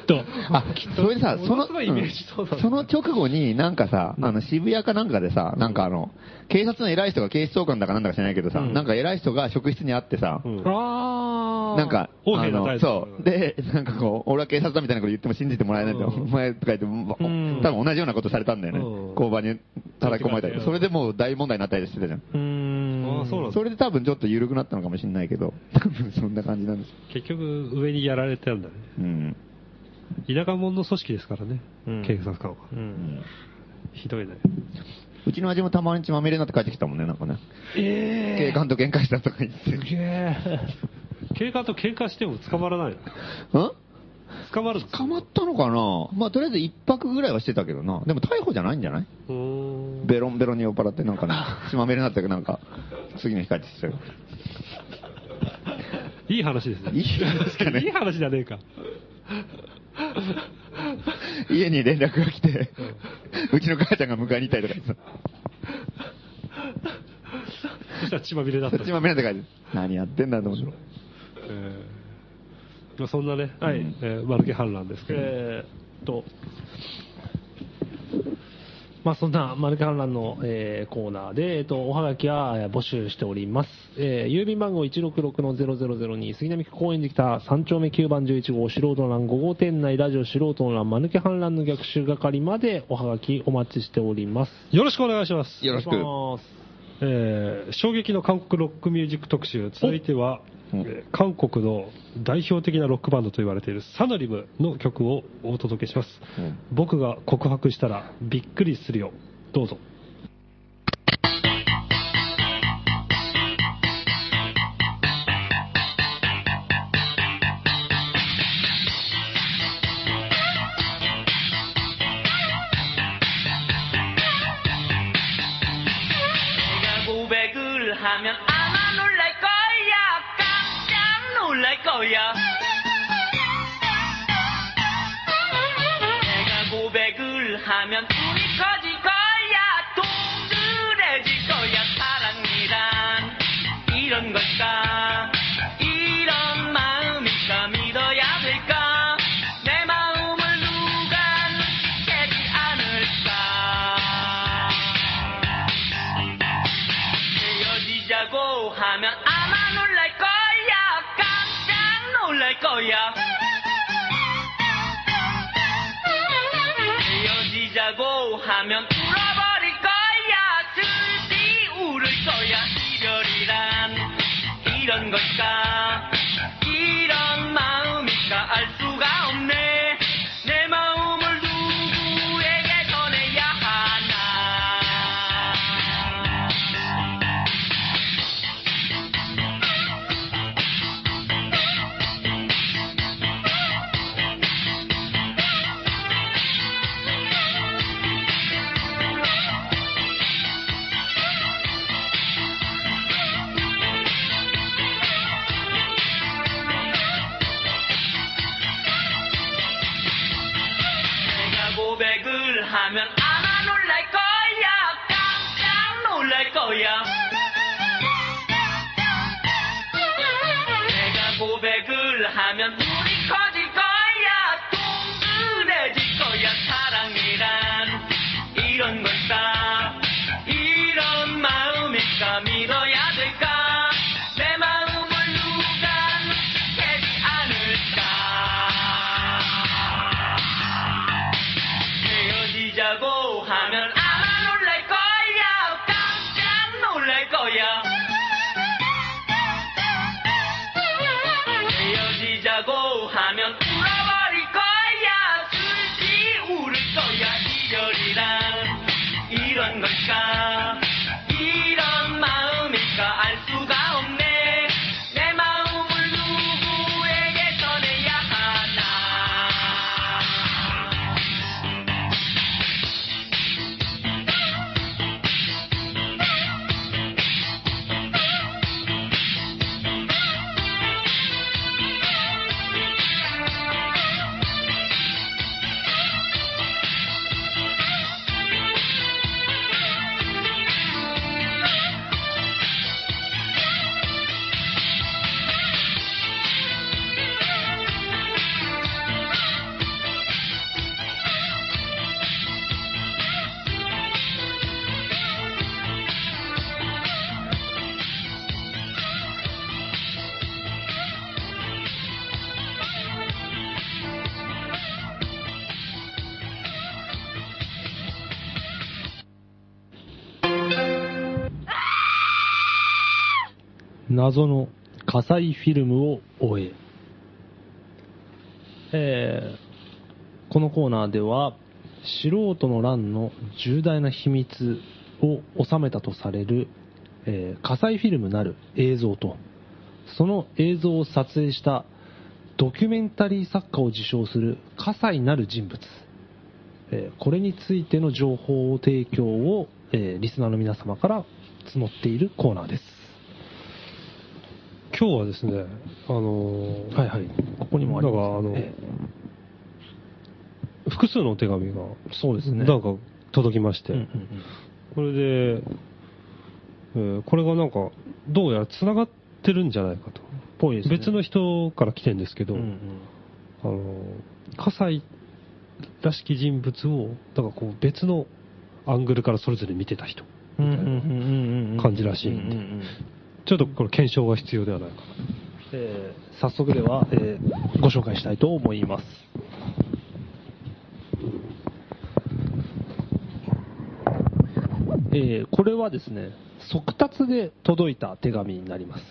っと。
あ、それでさ、そ
も
の、
のすごいイメージそうだね
その直後になんかさ、あの渋谷かなんかでさ、なんかあの、警察の偉い人が警視総監だかなんだか知らないけどさ、なんか偉い人が職質にあってさ、
ん
ああ。
なんか、
横
あ
柄な
の
態
そ
度
う。で、なんかこう、俺は警察だみたいなこと言っても信じてもらえないんだよ。お前とか言って、もう
うん
多分同じようなことされたんだよね
うん。
交番に叩き込まれた
う
り。
ん
それでもう大問題になったりしてたじゃん。
うーん。
ああ、そうなんだ。
それで多分ちょっと緩くなったのかもしれないけど、多分そんな感じなんですよ。
結局、上にやられてるんだね。
うん。
田舎者の組織ですからね、
うん
警察官は。
うん。
ひどいね。
うちの味もたまに血まみれになって帰ってきたもんね、なんかね。
え
警官と喧嘩したとか言って。
え。すげえ。
警官と喧嘩しても捕まらないの。
うん
捕まるの
捕まったのかなまあ、とりあえず一泊ぐらいはしてたけどな。でも逮捕じゃないんじゃないう
ーん
ベロンベロンに酔っ払ってなんかね、血まみれになってなんか、次の日帰ってきたよ。
いい話ですね。
いい話だね
いい話じゃねえか。
家に連絡が来て、うちの母ちゃんが迎えに行ったりとか言って
そ したら血まみれだった
た。。血まみれになって帰って、何やってんだと思って。
えーまあ、そんなね、
はい
えー、マルケ反乱ですけど、
えーっと。まあそんな、マルカンランの、えーコーナーで、えーっと、おはがきはえー募集しております。えー郵便番号166-0002、杉並区公園で来た3丁目9番11号、素人の欄5号店内ラジオ素人の欄、マヌケ反乱の逆襲係までおはがきお待ちしております。
よろしくお願いします。
よろしく
お願います
えー衝撃の韓国ロックミュージック特集、続いては、
お
えー韓国の代表的なロックバンドと言われているサナリムの曲をお届けします。
うん
僕が告白したらびっくりするよ。どうぞ。
내가 고백을 하면 아마 놀랄 거야 깜짝 놀랄 거야 내가 고백을 하면 둘이 커질 거야 동들해질 거야 사랑이란 이런 걸까 이런 마음일까 믿어야 될까 내 마음을 누가 깨지 않을까 헤어지자고 하면 아마 놀랄 거야 깜짝 놀랄 거야 헤어지자고 하면 울어버릴 거야 들디 울을 거야 이별이란 이런 걸까 이런 마음일까 알 수가 없네 내 마음을 누구에게 전해야 하나 내가 고백을 하면 아마 놀랄 거야 깜짝 놀랄 거야 내가 고백을 하면 눈이 커질 거야 동그래질 거야 될까 내 마음을 누가 깨지 않을까 헤어지자고 하면 아마 놀랄 거야 깜짝 놀랄 거야 헤어지자고 하면 울어버릴 거야 슬피 울을 거야 이별이란 이런 걸까 이런 마음일까 알 수가 없네 내 마음을 누구에게 전해야 하나
謎の火災フィルムを終ええーこのコーナーでは素人の乱の重大な秘密を収めたとされる、えー火災フィルムなる映像とその映像を撮影したドキュメンタリー作家を自称する葛西なる人物、えーこれについての情報を提供を、えーリスナーの皆様から募っているコーナーです
今日はですね、あのー
はいはい。ここにもあります。
だからあの
え
複数のお手紙が、
えそうですね。
なんか届きまして、
うんうん
これで、えーこれがなんか、どうやら繋がってるんじゃないかと。
ぽいですね
別の人から来てんですけど、
うんうん
あの、葛西らしき人物を、だからこう別のアングルからそれぞれ見てた人。
うんうんうんうんうん
感じらしいんでちょっとこれ検証が必要ではないかな。
えー早速では、えーご紹介したいと思います。えーこれはですね、速達で届いた手紙になります。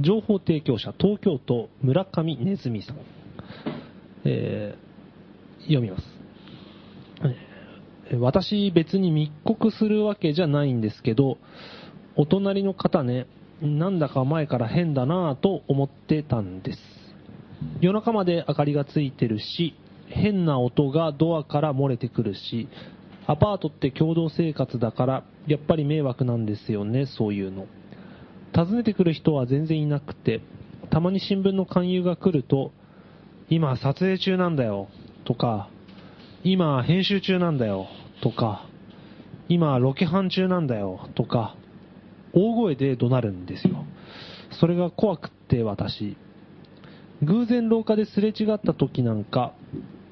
情報提供者、東京都村上ねずみさん。えー読みます。えー私、別に密告するわけじゃないんですけど、お隣の方ね、なんだか前から変だなぁと思ってたんです。夜中まで明かりがついてるし、変な音がドアから漏れてくるし、アパートって共同生活だから、やっぱり迷惑なんですよね、そういうの。訪ねてくる人は全然いなくて、たまに新聞の勧誘が来ると、今撮影中なんだよ、とか、今編集中なんだよ、とか、今ロケハン中なんだよ、とか、大声で怒鳴るんですよ。それが怖くって私。偶然廊下ですれ違った時なんか、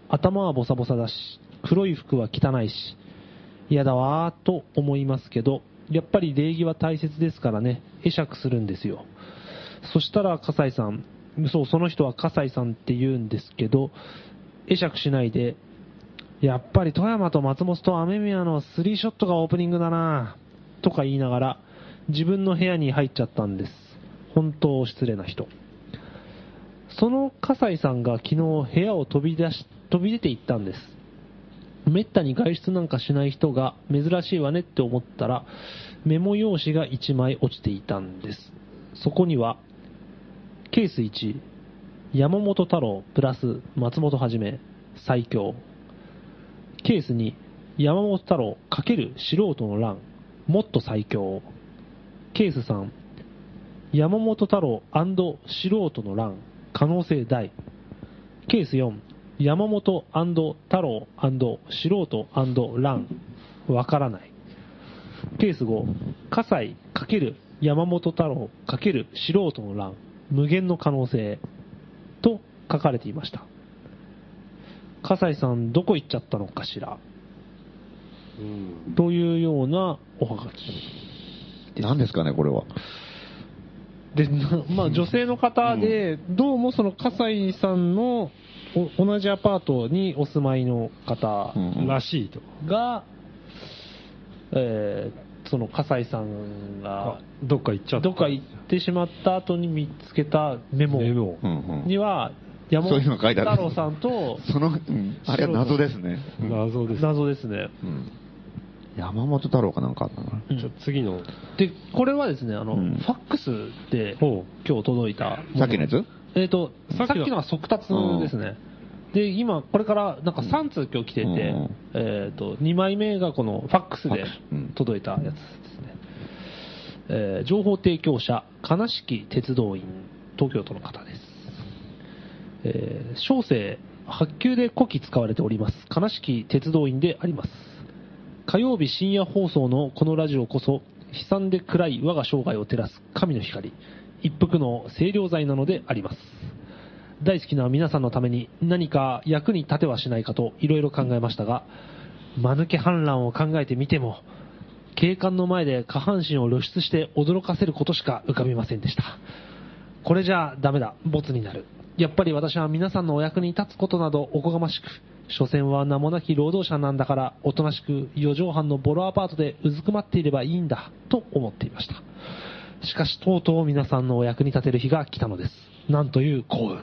頭はボサボサだし、黒い服は汚いし、嫌だわーと思いますけど、やっぱり礼儀は大切ですからね、会釈するんですよ。そしたら、笠井さん、そう、その人は笠井さんって言うんですけど、会釈しないで、やっぱり富山と松本と雨宮のスリーショットがオープニングだなぁとか言いながら、自分の部屋に入っちゃったんです。本当失礼な人。その笠井さんが昨日部屋を飛び出し、飛び出て行ったんです。めったに外出なんかしない人が珍しいわねって思ったら、メモ用紙が1枚落ちていたんです。そこには、ケース1、山本太郎プラス松本はじめ、最強。ケース2、山本太郎×素人の乱、もっと最強。ケース3、山本太郎素人の乱、可能性大。ケース4、山本太郎素人乱、わからない。ケース5、葛西×山本太郎×素人の乱、無限の可能性と書かれていました。葛西さん、どこ行っちゃったのかしらというようなおはがき。
何ですかね、これは。
で、なまあ、女性の方で、どうもその葛西さんのお同じアパートにお住まいの方
うん
らしいと。
が、えーその葛西さんが
どっか行っちゃった。
どっか行ってしまった後に見つけたメモ
メモ
うんうん
には、山
そう
本
いうの書いてある
太郎さんと
その、うんあれは謎ですね。
謎です。
謎ですね。
うん山本太郎かなんかあったな。
うん
ちょ次の。
で、これはですね、あの、
うん
ファックスで
ほ
今日届いたもの。
さっきのやつ
えっ、と、
さ
さ
っ
っき
きの
のは速達ですね。で、今、これから、なんか3通今日来てて、
うん
えっ、と、2枚目がこのファックス
ファッ
で
クスうん
届いたやつですね。えー情報提供者、金敷鉄道員、東京都の方です。えー小生、発給で古希使われております。悲しき鉄道員であります。火曜日深夜放送のこのラジオこそ、悲惨で暗い我が生涯を照らす神の光、一服の清涼剤なのであります。大好きな皆さんのために何か役に立てはしないかといろいろ考えましたが、間抜け反乱を考えてみても、警官の前で下半身を露出して驚かせることしか浮かびませんでした。これじゃダメだ、ボツになる。やっぱり私は皆さんのお役に立つことなどおこがましく、所詮は名もなき労働者なんだから、おとなしく4畳半のボロアパートでうずくまっていればいいんだ、と思っていました。しかし、とうとう皆さんのお役に立てる日が来たのです。なんという幸運。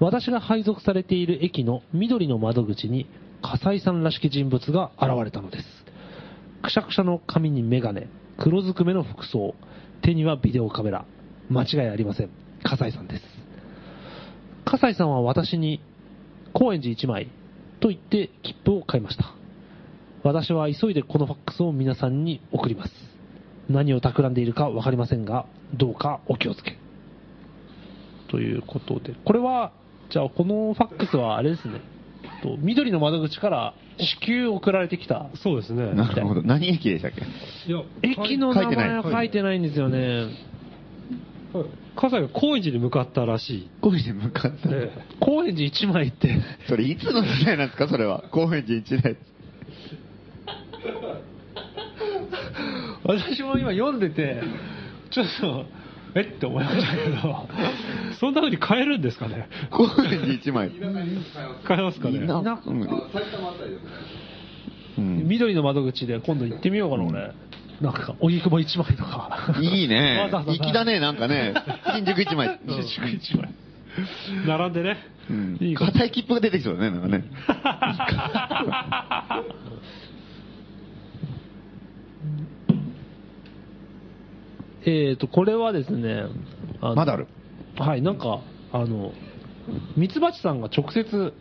私が配属されている駅の緑の窓口に、笠井さんらしき人物が現れたのです。くしゃくしゃの髪にメガネ、黒ずくめの服装、手にはビデオカメラ。間違いありません。笠井さんです。笠井さんは私に、高円寺1枚と言って切符を買いました。私は急いでこのファックスを皆さんに送ります。何を企んでいるかわかりませんが、どうかお気をつけ。ということで、これは、じゃあこのファックスはあれですね、と緑の窓口から至急送られてきた
そうですね。
なるほど。何駅でしたっけ
いや、
駅の名前は書いてないんですよね。
葛西が高円寺に向かったらし
高円寺に向かっ
い。
た。
で、
高円寺一枚って。
それいつの時代なんですかそれは。高円寺一代。
私も今読んでて、ちょっと、えって思いましたけど。
そんな風に変えるんですかね。
高円寺一枚。
変えますかね。
なうんうん
緑の窓口で今度行ってみようかな、俺。なんか、荻窪一枚とか。
いいね
わざわ。ざ
粋だね、なんかね。新宿一枚。
新宿一枚。
並んでね。
うん
いいこと
硬い切符が出てきそうだね、なんかね。
えっと、これはですね、の
まだある。
はい、なんか、あの、ミツバチさんが直接、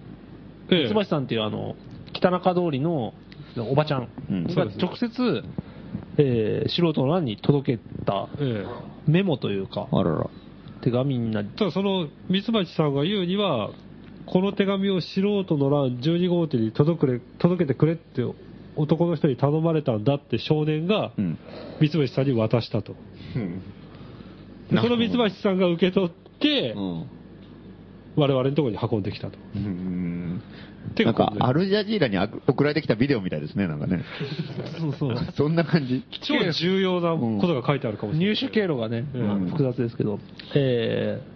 ミツバチさんっていうあの、北中通りのおばちゃん
うん
が直接、えー素人の欄に届けた
ええ
メモというか、
あらら。
手紙になり、
ただその、ミツバチさんが言うには、この手紙を素人の欄12号店に届くれ届けてくれって男の人に頼まれたんだって少年が
うん。
ミツバチさんに渡したと。で
な
そ
るほど
のミツバチさんが受け取って
う、ん
我々のところに運んできたと。
うん。
て
なんか
こ、う
アルジャジーラに送られてきたビデオみたいですね、なんかね。
そうそう。
そんな感じ。
超重要なことが書いてあるかもしれな
入
い。
手経路がね、
うん
複雑ですけど、えー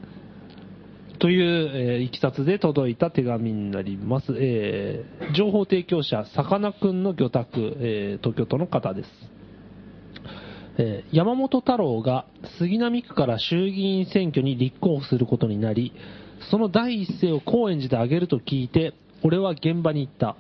という、えーいきさつで届いた手紙になります。えー情報提供者、さかなクンの魚拓、えー東京都の方です。えー山本太郎が杉並区から衆議院選挙に立候補することになり、その第一声を高円寺で挙げると聞いて、俺は現場に行った。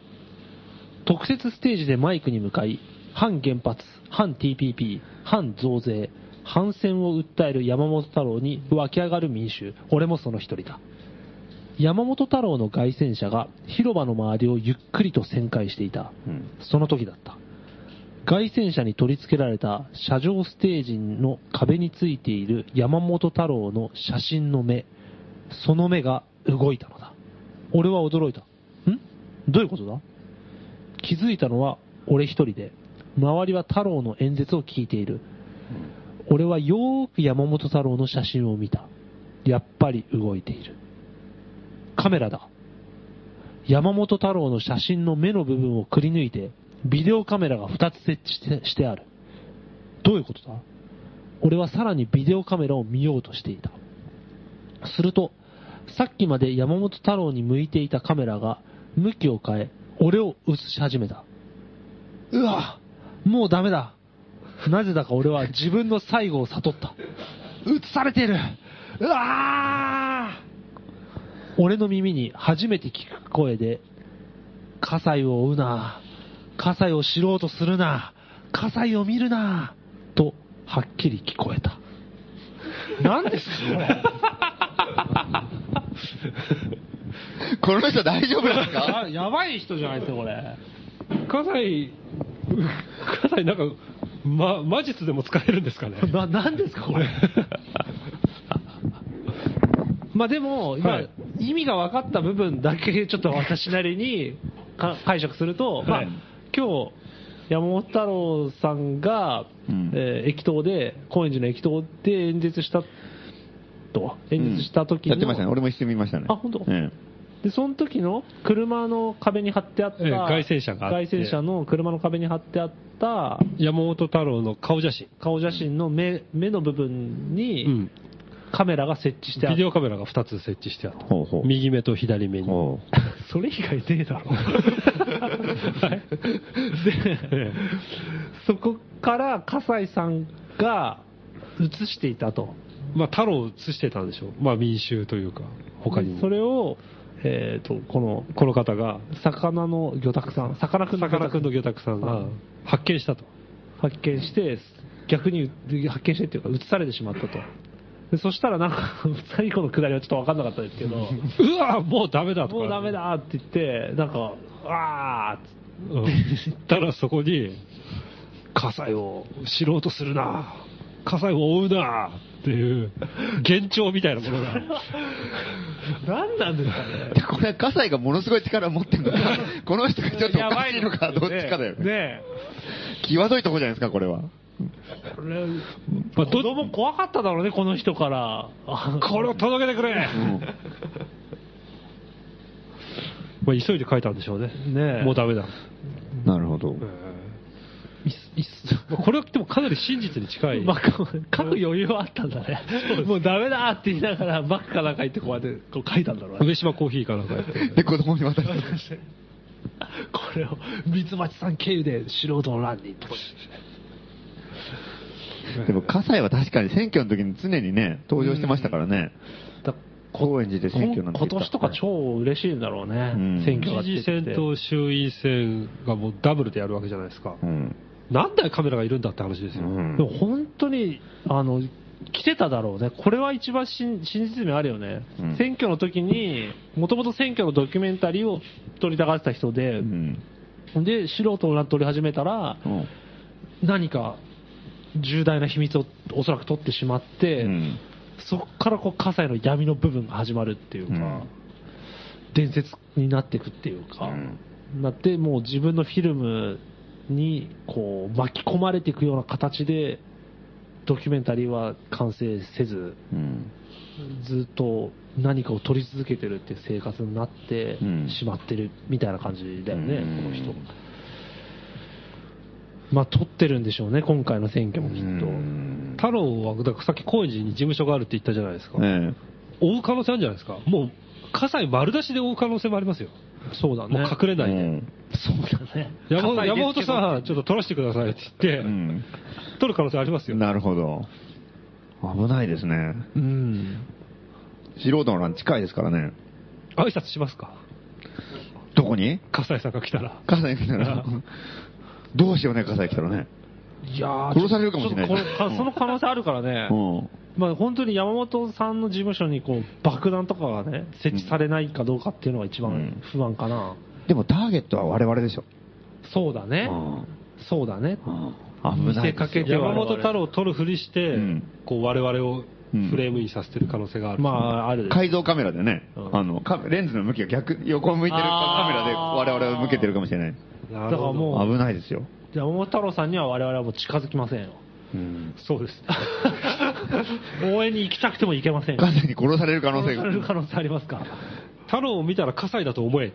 特設ステージでマイクに向かい、反原発、反 TPP、反増税、反戦を訴える山本太郎に湧き上がる民衆、俺もその一人だ。山本太郎の外戦車が広場の周りをゆっくりと旋回していた。
うん
その時だった。外戦車に取り付けられた車上ステージの壁についている山本太郎の写真の目、その目が動いたのだ。俺は驚いた。んどういうことだ気づいたのは俺一人で、周りは太郎の演説を聞いている。俺はよーく山本太郎の写真を見た。やっぱり動いている。カメラだ。山本太郎の写真の目の部分をくり抜いて、ビデオカメラが2つ設置してしてある。どういうことだ俺はさらにビデオカメラを見ようとしていた。すると、さっきまで山本太郎に向いていたカメラが向きを変え、俺を映し始めた。うわもうダメだなぜだか俺は自分の最後を悟った。映されてるうわー俺の耳に初めて聞く声で、葛西を追うな葛西を知ろうとするな葛西を見るなと、はっきり聞こえた。何ですかこれ
この人大丈夫なんですか
ややばい人じゃないですか、これ。
葛西、葛西なんか、ま、魔術でも使えるんですかね。
な、なんですか、これ。 まあでも、今、
はい
意味が分かった部分だけ、ちょっと私なりにか解釈すると、まあ、
はい
今日、山本太郎さんが、
うん
えー駅頭で、高円寺の駅頭で演説したと、演説した時
や
の、
ってましたね。俺も一緒に見ましたね。
あ本当
え
で、その時の車の壁に貼ってあった、
ええ街宣車があって
街宣車の車の壁に貼ってあった
山本太郎の顔写真。
顔写真の目目の部分に、
うん。
カメラが設置してあ
ビ
る
デ。オカメラが2つ設置してあっ
え
た。
ほうほう。
右目と左目に。
ほ
それ以外ねえだ ろ。はいで、そこから葛西さんが映していたと。
まあ、太郎を映してたんでしょう。まあ、民衆というか、他に
で
も。
それを、えっ、と、この、
この方が、
魚の魚拓さん、魚くんの
さかなクンの
魚
魚拓さん
は
が
い
発見したと。
発見して、逆に発見してっていうか、映されてしまったと。でそしたらなんか、 最後のくだりはちょっと分かんなかったですけど、
うわもうダメだとか。
もうダメ。だって言って、なんか、わーっつって。
うん。たらそこに、火災を知ろうとするな火災を追うなっていう、幻聴みたいなもの が。
何なんですかね
う。 これ、葛西がものすごい力を持ってるのか、この人がちょっとおかしいのか、どっちかだよね。
ね
際どいとこじゃないですか、これは。
え。これ、
まあ
子供怖かっただろうね、この人から。
これを届けてくれ、まあ、急いで書いたんでしょうね。
ねえ
もうダメだ。
なるほど。
いっいっ
まあこれはでもかなり真実に近 い。
まあ、書く余裕はあったんだね。もうダメだって言いながら、バックかなんか言ってこうやってこう書いたんだろうね。
上島コーヒーかなんかやって。
で、子供に渡して。
これを、三ツ町さん経由で素人の欄にと。
でも、葛西は確かに選挙の時に常にね、登場してましたからね。
だ
高円寺で選挙なんて
今年とか超嬉しいんだろうね、
うん
選挙が
知
出
事
てて
選と衆院選がもうダブルでやるわけじゃないですか。
うん。
何台カメラがいるんだって話ですよ。
うん
でも本当に、あの、来てただろうね。これは一番真真実味あるよね。
うん
選挙の時に、もともと選挙のドキュメンタリーを撮りたがってた人で、
うん。
で、素人を撮り始めたら、
うん
何か重大な秘密をおそらく取ってしまって、
うん
そこからこう、葛西の闇の部分が始まるっていうか、
うん
伝説になっていくっていうか、なって、もう自分のフィルムにこう巻き込まれていくような形で、ドキュメンタリーは完成せず、
うん。
ずっと何かを撮り続けてるっていう生活になって
うん
しまってるみたいな感じだよね、
うん
この人。まあ、撮ってるんでしょうね、今回の選挙もきっと。
うん
太郎は、だからさっき高円寺に事務所があるって言ったじゃないですか。
え
追う可能性あるんじゃないですか。もう、葛西丸出しで追う可能性もありますよ。
そうだね。
もう隠れ
え。
ないで。
うん
そうだね。
山
硬い
山
で
本
すけど
さん、ちょっと撮らせてくださいって言って、
うん
撮る可能性ありますよ。
なるほど。危ないですね。
うん。
素人の欄近いですからね。
挨拶しますか
どこに
葛西さんが来たら。
葛西来たら。どうしようね、葛西来たらね。
いやー
殺されるかもしれない
ちょっとこれかその可能性あるからね。
うん。
まあ、本当に山本さんの事務所にこう爆弾とかがね設置されないかどうかっていうのが一番不安かな、
でもターゲットは我々でしょ。
そうだね、そうだね、
うん危ないですよ。
見せかけて
山本太郎を撮るふりして、
うん
こう我々をフレームインさせてる可能性がある。
まあある
改造カメラでね、
うん
あの、カレンズの向きが逆、横を向いてるカメラで
あー
我々を向けてるかもしれない。
な
だか
る
ら
ほど
もう
危ないですよ。
山本太郎さんには我々はもう近づきませんよ
そうです。
応援に行きたくても行けませんよ
葛西に殺される可能
殺
性が
され。る可能性ありますか
太郎を見たら葛西だと思え。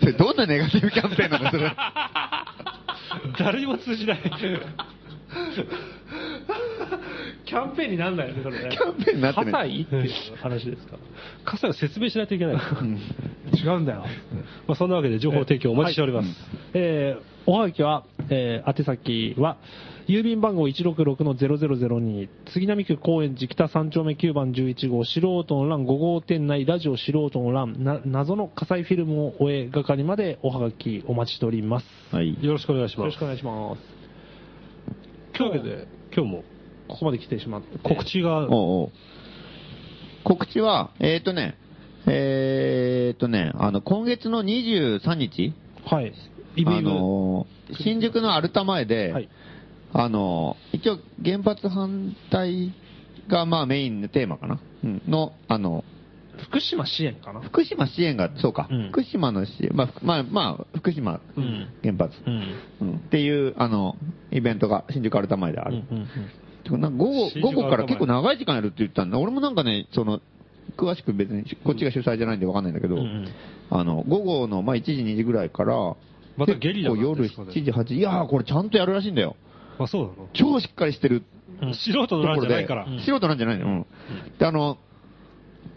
それ どんなネガティブキャンペーンなのそれ。
誰にも通じない。
キャンペーンになんないよね、それね。
キャンペーンになってね
硬いっていう話ですか。
カスは説明しないといけない。
違うんだよ。
まあそんなわけで情報提供お待ちしております。
えーおはがきは、えー宛先は、郵便番号166-0002、杉並区高円寺北3丁目9番11号、素人の欄5号店内、ラジオ素人の欄、な謎の火災フィルムをお絵係までおはがきお待ちしております。
はい。
よろしくお願いし
よ
ま
ろ
す
し。くお願いします。
というわけで、今日も
ここまで来てしまって。
告知
お
が、
うおう告知は、えっ、ー、とね、えっ、ー、とね、あの、今月の23日、
はい。
イブイブ
あのー、新宿のアルタ前で、
はい
あのー、一応原発反対がまあメインのテーマかな、うんの、あの、
福島支援かな。
福島支援が、そうか、
うん
福島の支援、まあ、ふまあ、まあ、福島
ん
原発、
うん。
うんっていう、あの、イベントが新宿アルタ前であ
うん
る。
うん
なんか午後
新宿
午後か
アルタ前
ら結構長い時間やるって言ってたんだ。俺もなんかね、その、詳しく別に、こっちが主催じゃないんでわかんないんだけど、
うんうん
あの、午後の、まあ、1時、2時ぐらいから、
またゲリラ
結構
なんで
夜
すかね
7時、8時、いやー、これちゃんとやるらしいんだよ。
あ、そうなの
超しっかりしてる
うん
素人
と
の
こ
欄
ろ
じ
で、
ゃないから。
素人なんじゃないの、うん、で、あの、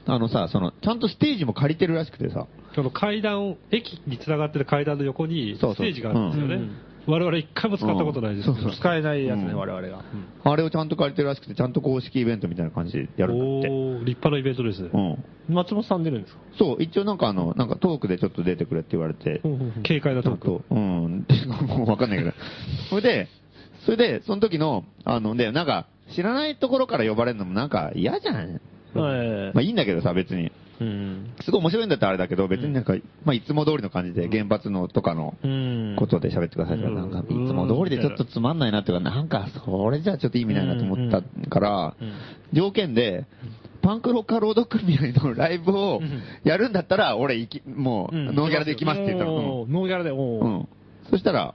あのさ、その、ちゃんとステージも借りてるらしくてさ、
その階段を、駅に繋がってる階段の横にステ
そうそう
ージがあるんですよね。
うんうん
我々一回も使ったことないですけど、
うんそうそう
使えない
やつね我
々が。
あれをちゃんと借りてるらしくて、ちゃんと公式イベントみたいな感じでやるんだって。
おー立派なイベントですね
う。ん。
松本さん出るんですか
そう、一応なんかあの、なんかトークでちょっと出てくれって言われて、
軽快な
ち
ト
ょ
ー
っ
ク。
と、うん、 もうわかんないけど。それで、それで、その時の、あの、で、なんか、知らないところから呼ばれるのもなんか嫌じゃん。
え
まあいいんだけどさ、別に。
うん。
すごい面白いんだったらあれだけど、別になんか、まあいつも通りの感じで原発のとかの
うん。
ことで喋ってくださいとか、なんか、いつも通りでちょっとつまんないなっていうか、なんか、それじゃちょっと意味ないなと思ったから
うんうん、
条件で、パンクロッカー労働組合のライブをやるんだったら、俺行き、もう、
うん
ノーギャラで行きますって言ったの。
おーノーギャラで、お
う
ー
ん。うんそしたら、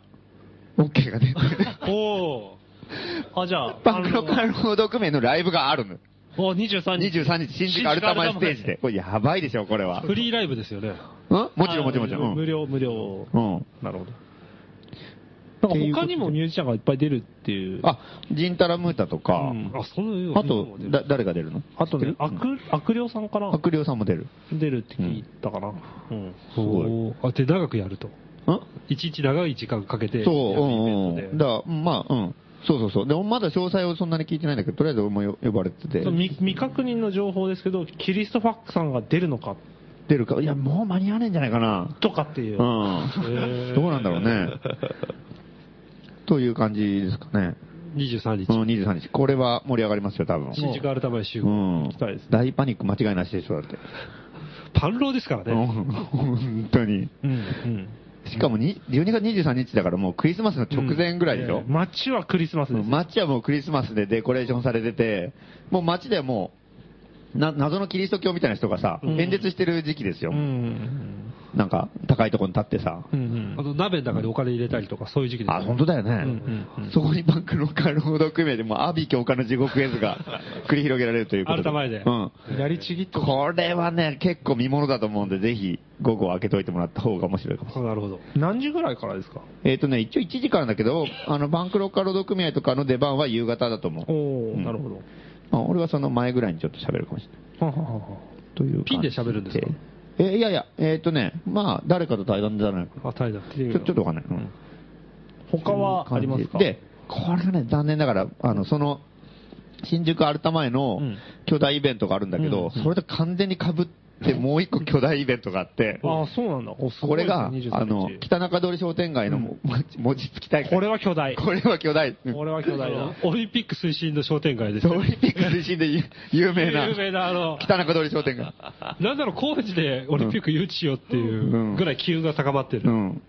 OK が出て、
おお。あ、じゃあ、
パンクロッカー労働組合のライブがあるの。
あのお、23日。
23日、新宿アルタ前ステージで。これやばいでしょ、これは。
フリーライブですよね。
うんもちろんもちろんもちろ
無
ん
料、無料。
うん。うん。
なるほど。なんか他にもミュージシャンがいっぱい出るっていう。
あ、ジンタラムータとか、
うん
あ、その
あと、だ、誰が出るの
あとね、
知ってる
悪悪霊さんか
う
なん
悪霊さんも出る。
出るって聞いたかな。うん。
すごい。あ、で、長くやると。
ん
一日長い時間かけて、
そう、
や
う
るイベン
ん
トで
うん。だからまあ、うん。そうそうそう。で、まだ詳細をそんなに聞いてないんだけど、とりあえず俺もよ呼ばれてて
そう、未未確認の情報ですけど、キリストファックさんが出るのか
出るか、いや、もう間に合わないんじゃないかな。
とかっていうう。
ん。どうなんだろうね。という感じですかね。
23日
う、ん、23日。これは盛り上がりますよ、多分。
新宿アルタ前集
う
合。
ん
きたいです。
大パニック間違いなしでしょ、だって。
パンローですから
うん
ね。
本当に。
うん。うん。
しかもに、12月23日だからもうクリスマスの直前ぐらいでしょ。
街はクリスマスです。
街はもうクリスマスでデコレーションされてて、もう街ではもう、な謎のキリスト教みたいな人がさ、
ん
演説してる時期ですよ。
うん。
なんか、高いところに立ってさ。
うんうん
あ。の、鍋の中にお金入れたりとか、そういう時期です
あ、
よね
本当だよね。
うんうん
そこにバンクロッカー労働組合でもう、阿鼻教科の地獄絵図が 繰り広げられるということで。
新た前で
うん。
やりちぎって
これはね、結構見ものだと思うんで、ぜひ午後開けといてもらった方が面白いかもしれない。
あなるほど。
何時ぐらいからですか
えっ、とね、一応1時からだけど、あの、バンクロッカー労働組合とかの出番は夕方だと思う。
おお、
うん
なるほど。
まあ、俺はその前ぐらいにちょっと喋るかもしれない。
はははは
という
ピンで喋るんですか
感じでえいやいや、えっ、とね、まあ、誰かと対談じゃないか
あ、タイだって。
ちょちょっとわかんない。うん、
他はありますか
で、これがね、残念ながら、あの、その、新宿アルタ前の
うん
巨大イベントがあるんだけど、それと完全に被って、もう一個巨大イベントがあって、
ああ、そうなんだ。おす
こ
ごい
れ
ですね
が、
23
あの、
日
北中通り商店街のも餅つき大会。
これは巨大。
これは巨大。うん
これは巨大だ。
オリンピック推進の商店街ですよ。
オリンピック推進で有有名な
有、名な、あの、
北中通り商店街。
なんだろう、高知でオリンピック誘致しようっていうぐらい機運が高まって
う
る。
ん。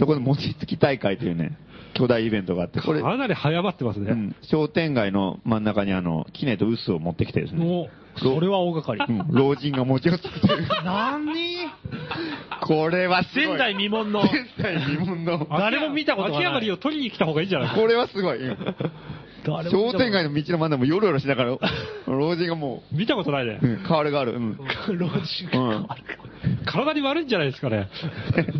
そこで餅つき大会というね、巨大イベントがあって、これ、
かなり早まってます
う
ね。
ん商店街の真ん中にあの、キネとウスを持ってきてですね、
おそれは大掛か
う
り。
ん老人が餅をつくという。
何
これはすごい。
前代未聞の、
前代未聞の。
誰も見たことが
秋山
な
り
い。
を取りに来た方がいいんじゃない
これはすごい。うん
誰も見
商
たこと
店街の道の真ん中もよろよろしながら、老人がも
見たことないね
う、。うん、変わるがある。うん。
老人が
うん
体に悪いんじゃないですかね。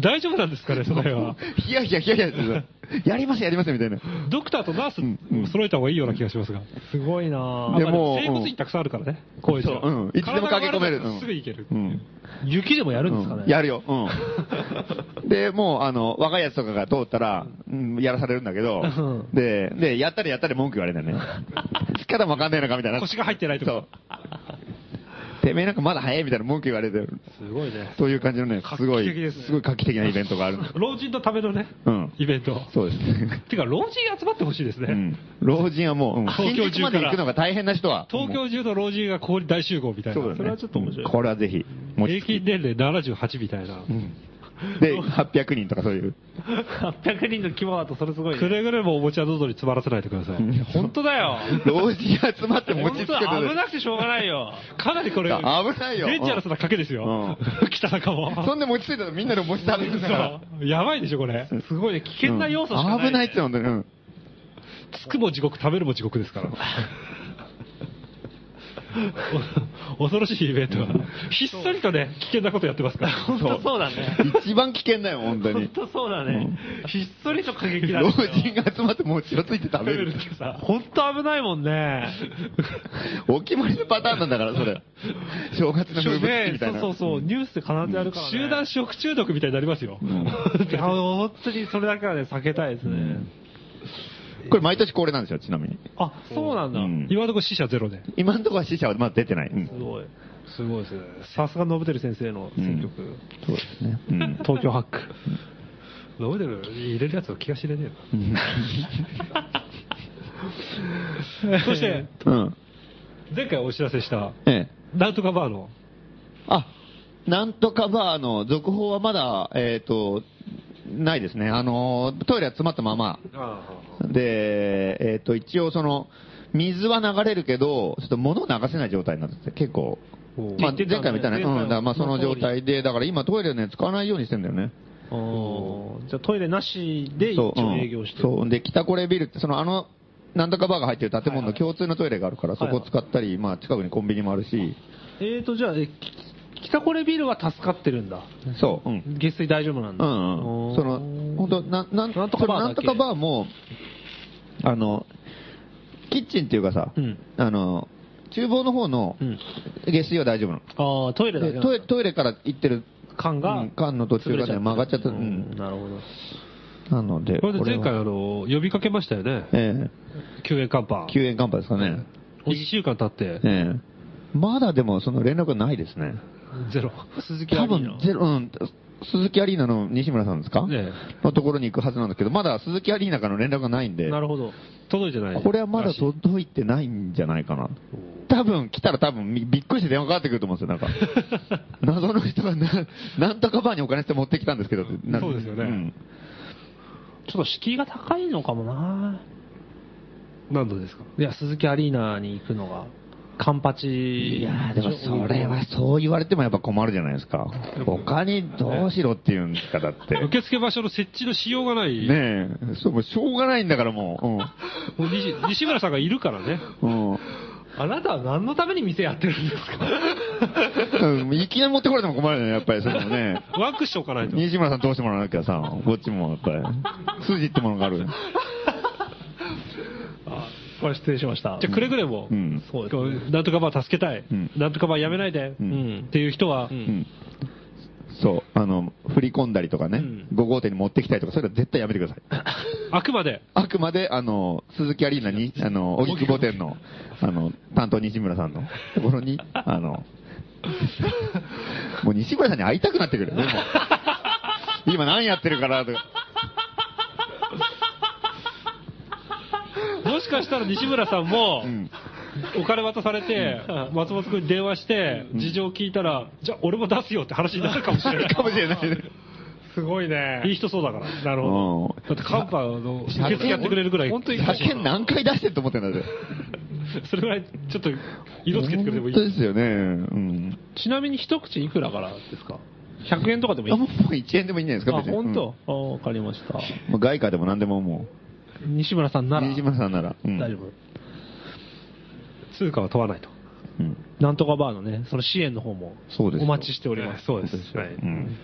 大丈夫なんですかね、その辺は。
ヒヤヒヤヒヤヒヤしてたやりますやりますみたいな。
ドクターとナース
んうん
揃えた方がいいような気がしますが。
すごいな
あ
ぁ
で
まあ
も
整骨院たくさんあるからね、高円寺は
そううんいつでも駆け込める
体が悪かったらすぐ行ける。
うん。
雪でもやるんですかね
うんやるよ。 うん。で、もう、あの、若いやつとかが通ったら、うん、やらされるんだけど、で、で、やったらやったら文句言われるんだよ ね。仕方もわかんないのかみたいな。
腰が入ってないとか
そう。てめえなんかまだ早いみたいな文句言われてる。
すごいね。
そういう感じのね、すご
画期的で
い、
すね
すごい画期的なイベントがあるん だ
老人のためのね、
うん
イベント。
そうです。
てか、老人集まってほしいですね。
うん。老人はもう、うん
東京
新宿まで
中から
行くのが大変な人は。
東
もう
京中の老人がここに大集合みたいな。
そうだね。
れはちょっと面白い。
これはぜひ、も
平均年齢78みたいな。
で、800人とかそういう。
800人の規模だとそれすごい
く
ね
れぐれもお餅は喉に詰まらせないでください。
本当だよ
老人集まって持ち
本
つけ
当
て
だ
る
危なくてしょうがないよ
かなりこれ、
危ないよ。
デンジャラスな賭けですよ。 北中 も。
そんで餅ついたらみんなで餅食べるんだから。
そうやばいでしょ、これ。
すごいね危険な要素しかない、
危ないってのはね、
つくも地獄、食べるも地獄ですから。 お恐ろしいイベントは、ひっそりとね、危険なことやってますから。
本当そうだね
うん一番危険だよ、本当
本
に。
当そうだね、ひっそりと過激だ
老人が集まって餅をついて食べる。
本当危ないもんね
お決まりのパターンなんだから、それ。正月の風物詩みたいな。
そうそうそうニュースで必ずやるから、ね、
集団食中毒みたいになりますよ。
いや本当にそれだけはね避けたいですね、
これ毎年恒例なんですよ、ちなみに。
あそうなんだ、
うん
今のところ死者ゼロで。
今のところは死者はまだ出てない。うん
すごい
すごいですねさすがノブテル先生の選曲、
そうですね。うん
東京ハック
ノブデル入れるやつは気が知れねえな。そして、
うん。
前回お知らせした、
ええ。
なんとかバーの、
あ、なんとかバーの続報はまだ、えっ、と、ないですね。あの、トイレは詰まったまま。で、えっ、と、一応その、水は流れるけど、ちょっと物を流せない状態になってて、結構。ま
言
あ、
ってた
前
ね
回みたいな、う
前
ん
回、
だからまあその状態で、だから今トイレをね、使わないようにしてんだよね。
おーじゃあトイレなしで一
そうう
応
ん
営業してる
そう、で、北コレビルって、そのあの、なんとかバーが入ってる建物の共通のトイレがあるから、そこを使ったり、まあ近くにコンビニもあるし、
えーとじゃあえき北コレビルは助かってるんだ
そう、うん。
下水大丈夫なん
う
だ、
んう
お
ん、
ー
その、本当な、なん、
なんとかバーだ
そのなんとかバーも、あの、キッチンっていうかさ、
うん
あの、厨房の方の
うん
下水は大丈夫なの。
ああトイレだけ
で
なんだ
トイレトイレから行ってる
缶が、
うん缶の途中がね、曲がっちゃった。う
うん
ん。
なるほど
なので、
これで
これ
前
は
回あの、呼びかけましたよね。
え
救援カンパ
え、。救援カンパですかね。
1週間経って、
ええ。まだでもその連絡がないですね。
ゼロ。
鈴木
多
アリー
分
ナ
ゼロ、うん、鈴木アリーナの西村さんですか
え
のところに行くはずなんだけど、まだ鈴木アリーナからの連絡がないんで。
なるほど
届いてない。
これはまだ届いてないんじゃないかな。多分来たら多分びびっくりして電話かかってくると思うんですよ、なんか。 謎の人がな、なんとかバーにお金して持ってきたんですけどってな
そうですよね
ん
ちょっと敷居が高いのかもな
何度ですか
いや鈴木アリーナに行くのがカンパチ
いやーでもそれはそう言われてもやっぱ困るじゃないですか。他にどうしろっていうんですか、だって。ね
受付場所の設置のしようがない。
え、そう、もうしょうがないんだからも
もう西西村さんがいるからね。
う。うん。うん
あなたは何のために店やってるんですか
うん。いきなり持ってこられても困るよね、やっぱりその ね。
ワンクッション置かないと。
西村さんどうしてもらわなきゃさ、こっちもやっぱり、筋ってものがある。
これ失礼しました
じゃあくれぐれも、
うん
そうです
こうなんとかバー助けたい、
うん
なんとかバーやめないで、
うん
っていう人は、
うんそう、あの、振り込んだりとかね、
ん
5号店に持ってきたりとか、それは絶対やめてください。
あくまで、
あくまで、あの、鈴木アリーナに、あの、荻窪店の、あの、担当西村さ んのところに、あの、もう西村さんに会いたくなってくるよね、もう今何やってるから、 とか。
もしかしたら西村さんも、
うん。
お金渡されて、松本君に電話して、事情聞いたら、じゃあ俺も出すよって話になるかもしれない。
かもしれないね。
すごいね
いい人そうだから。なる
ほ
だってカンパの受付やってくれるぐらい、
本当に
車検何回出してると思ってんだぜ。
それぐらいちょっと色つけてくれても
本
い
当
い。
ですよね。うん。
ちなみに一口いくらからですか100円とかでもいい
あもうもう1円でもいいんじゃないですか、
あ
別に。
本当、あわかりました
うんもう外貨でも何でもも
西村さん
う、
なら
西村さんなら。うん
大丈夫
通貨は問わないと。
うん。
なんとかバーのね、その支援の方も
そうですよ
お待ちしております。
そうです。はい
うん。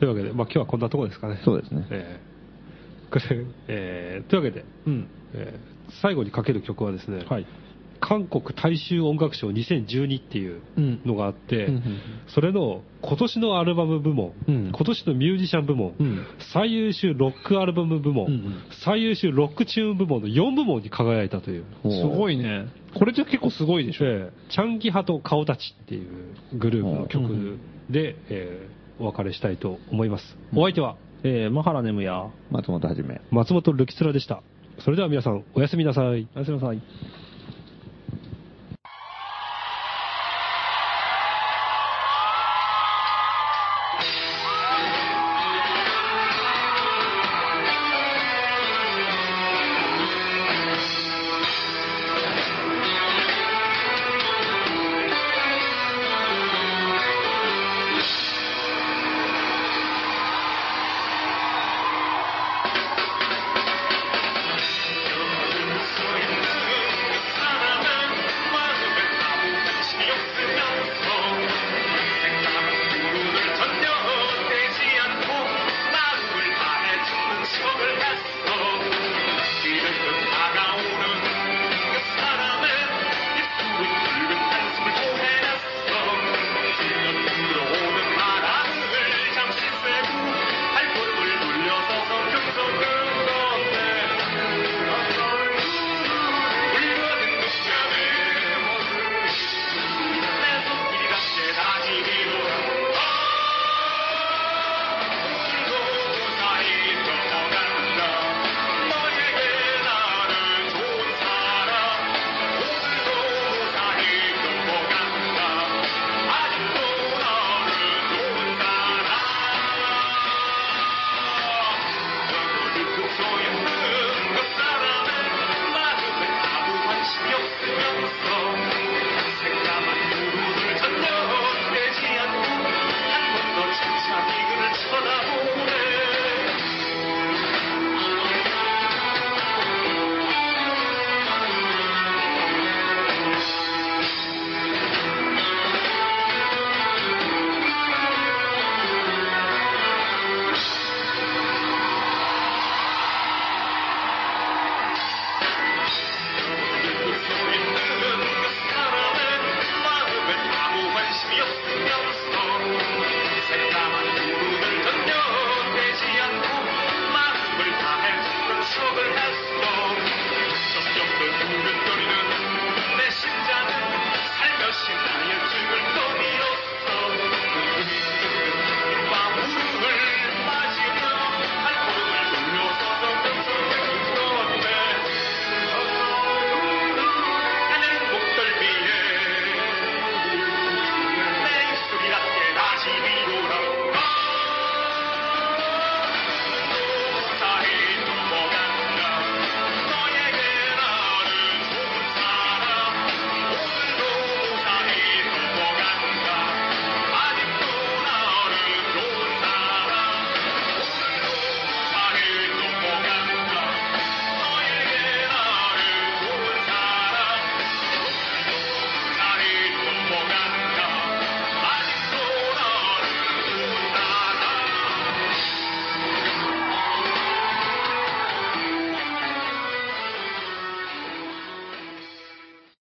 というわけで、まあ今日はこんなところですかね。
そうですね。
えくれ、えーというわけで、
うん。
えー最後にかける曲はですね、
はい。
韓国大衆音楽賞2012っていうのがあって、
うんうんうんうん
それの今年のアルバム部門、
うん
今年のミュージシャン部門、
うん
最優秀ロックアルバム部門、
うんうん
最優秀ロックチューン部門の4部門に輝いたという、
す
す
ご
ごいね。これじゃ結構すごいでしょ。
えーチャンギ派と顔たちっていうグループの曲で、えーお別れしたいと思います。お相手は
えー、マハラネムや、
松本はじめ。
松本ルキツラでした。それでは皆さん、おやすみなさい。
おやすみなさい。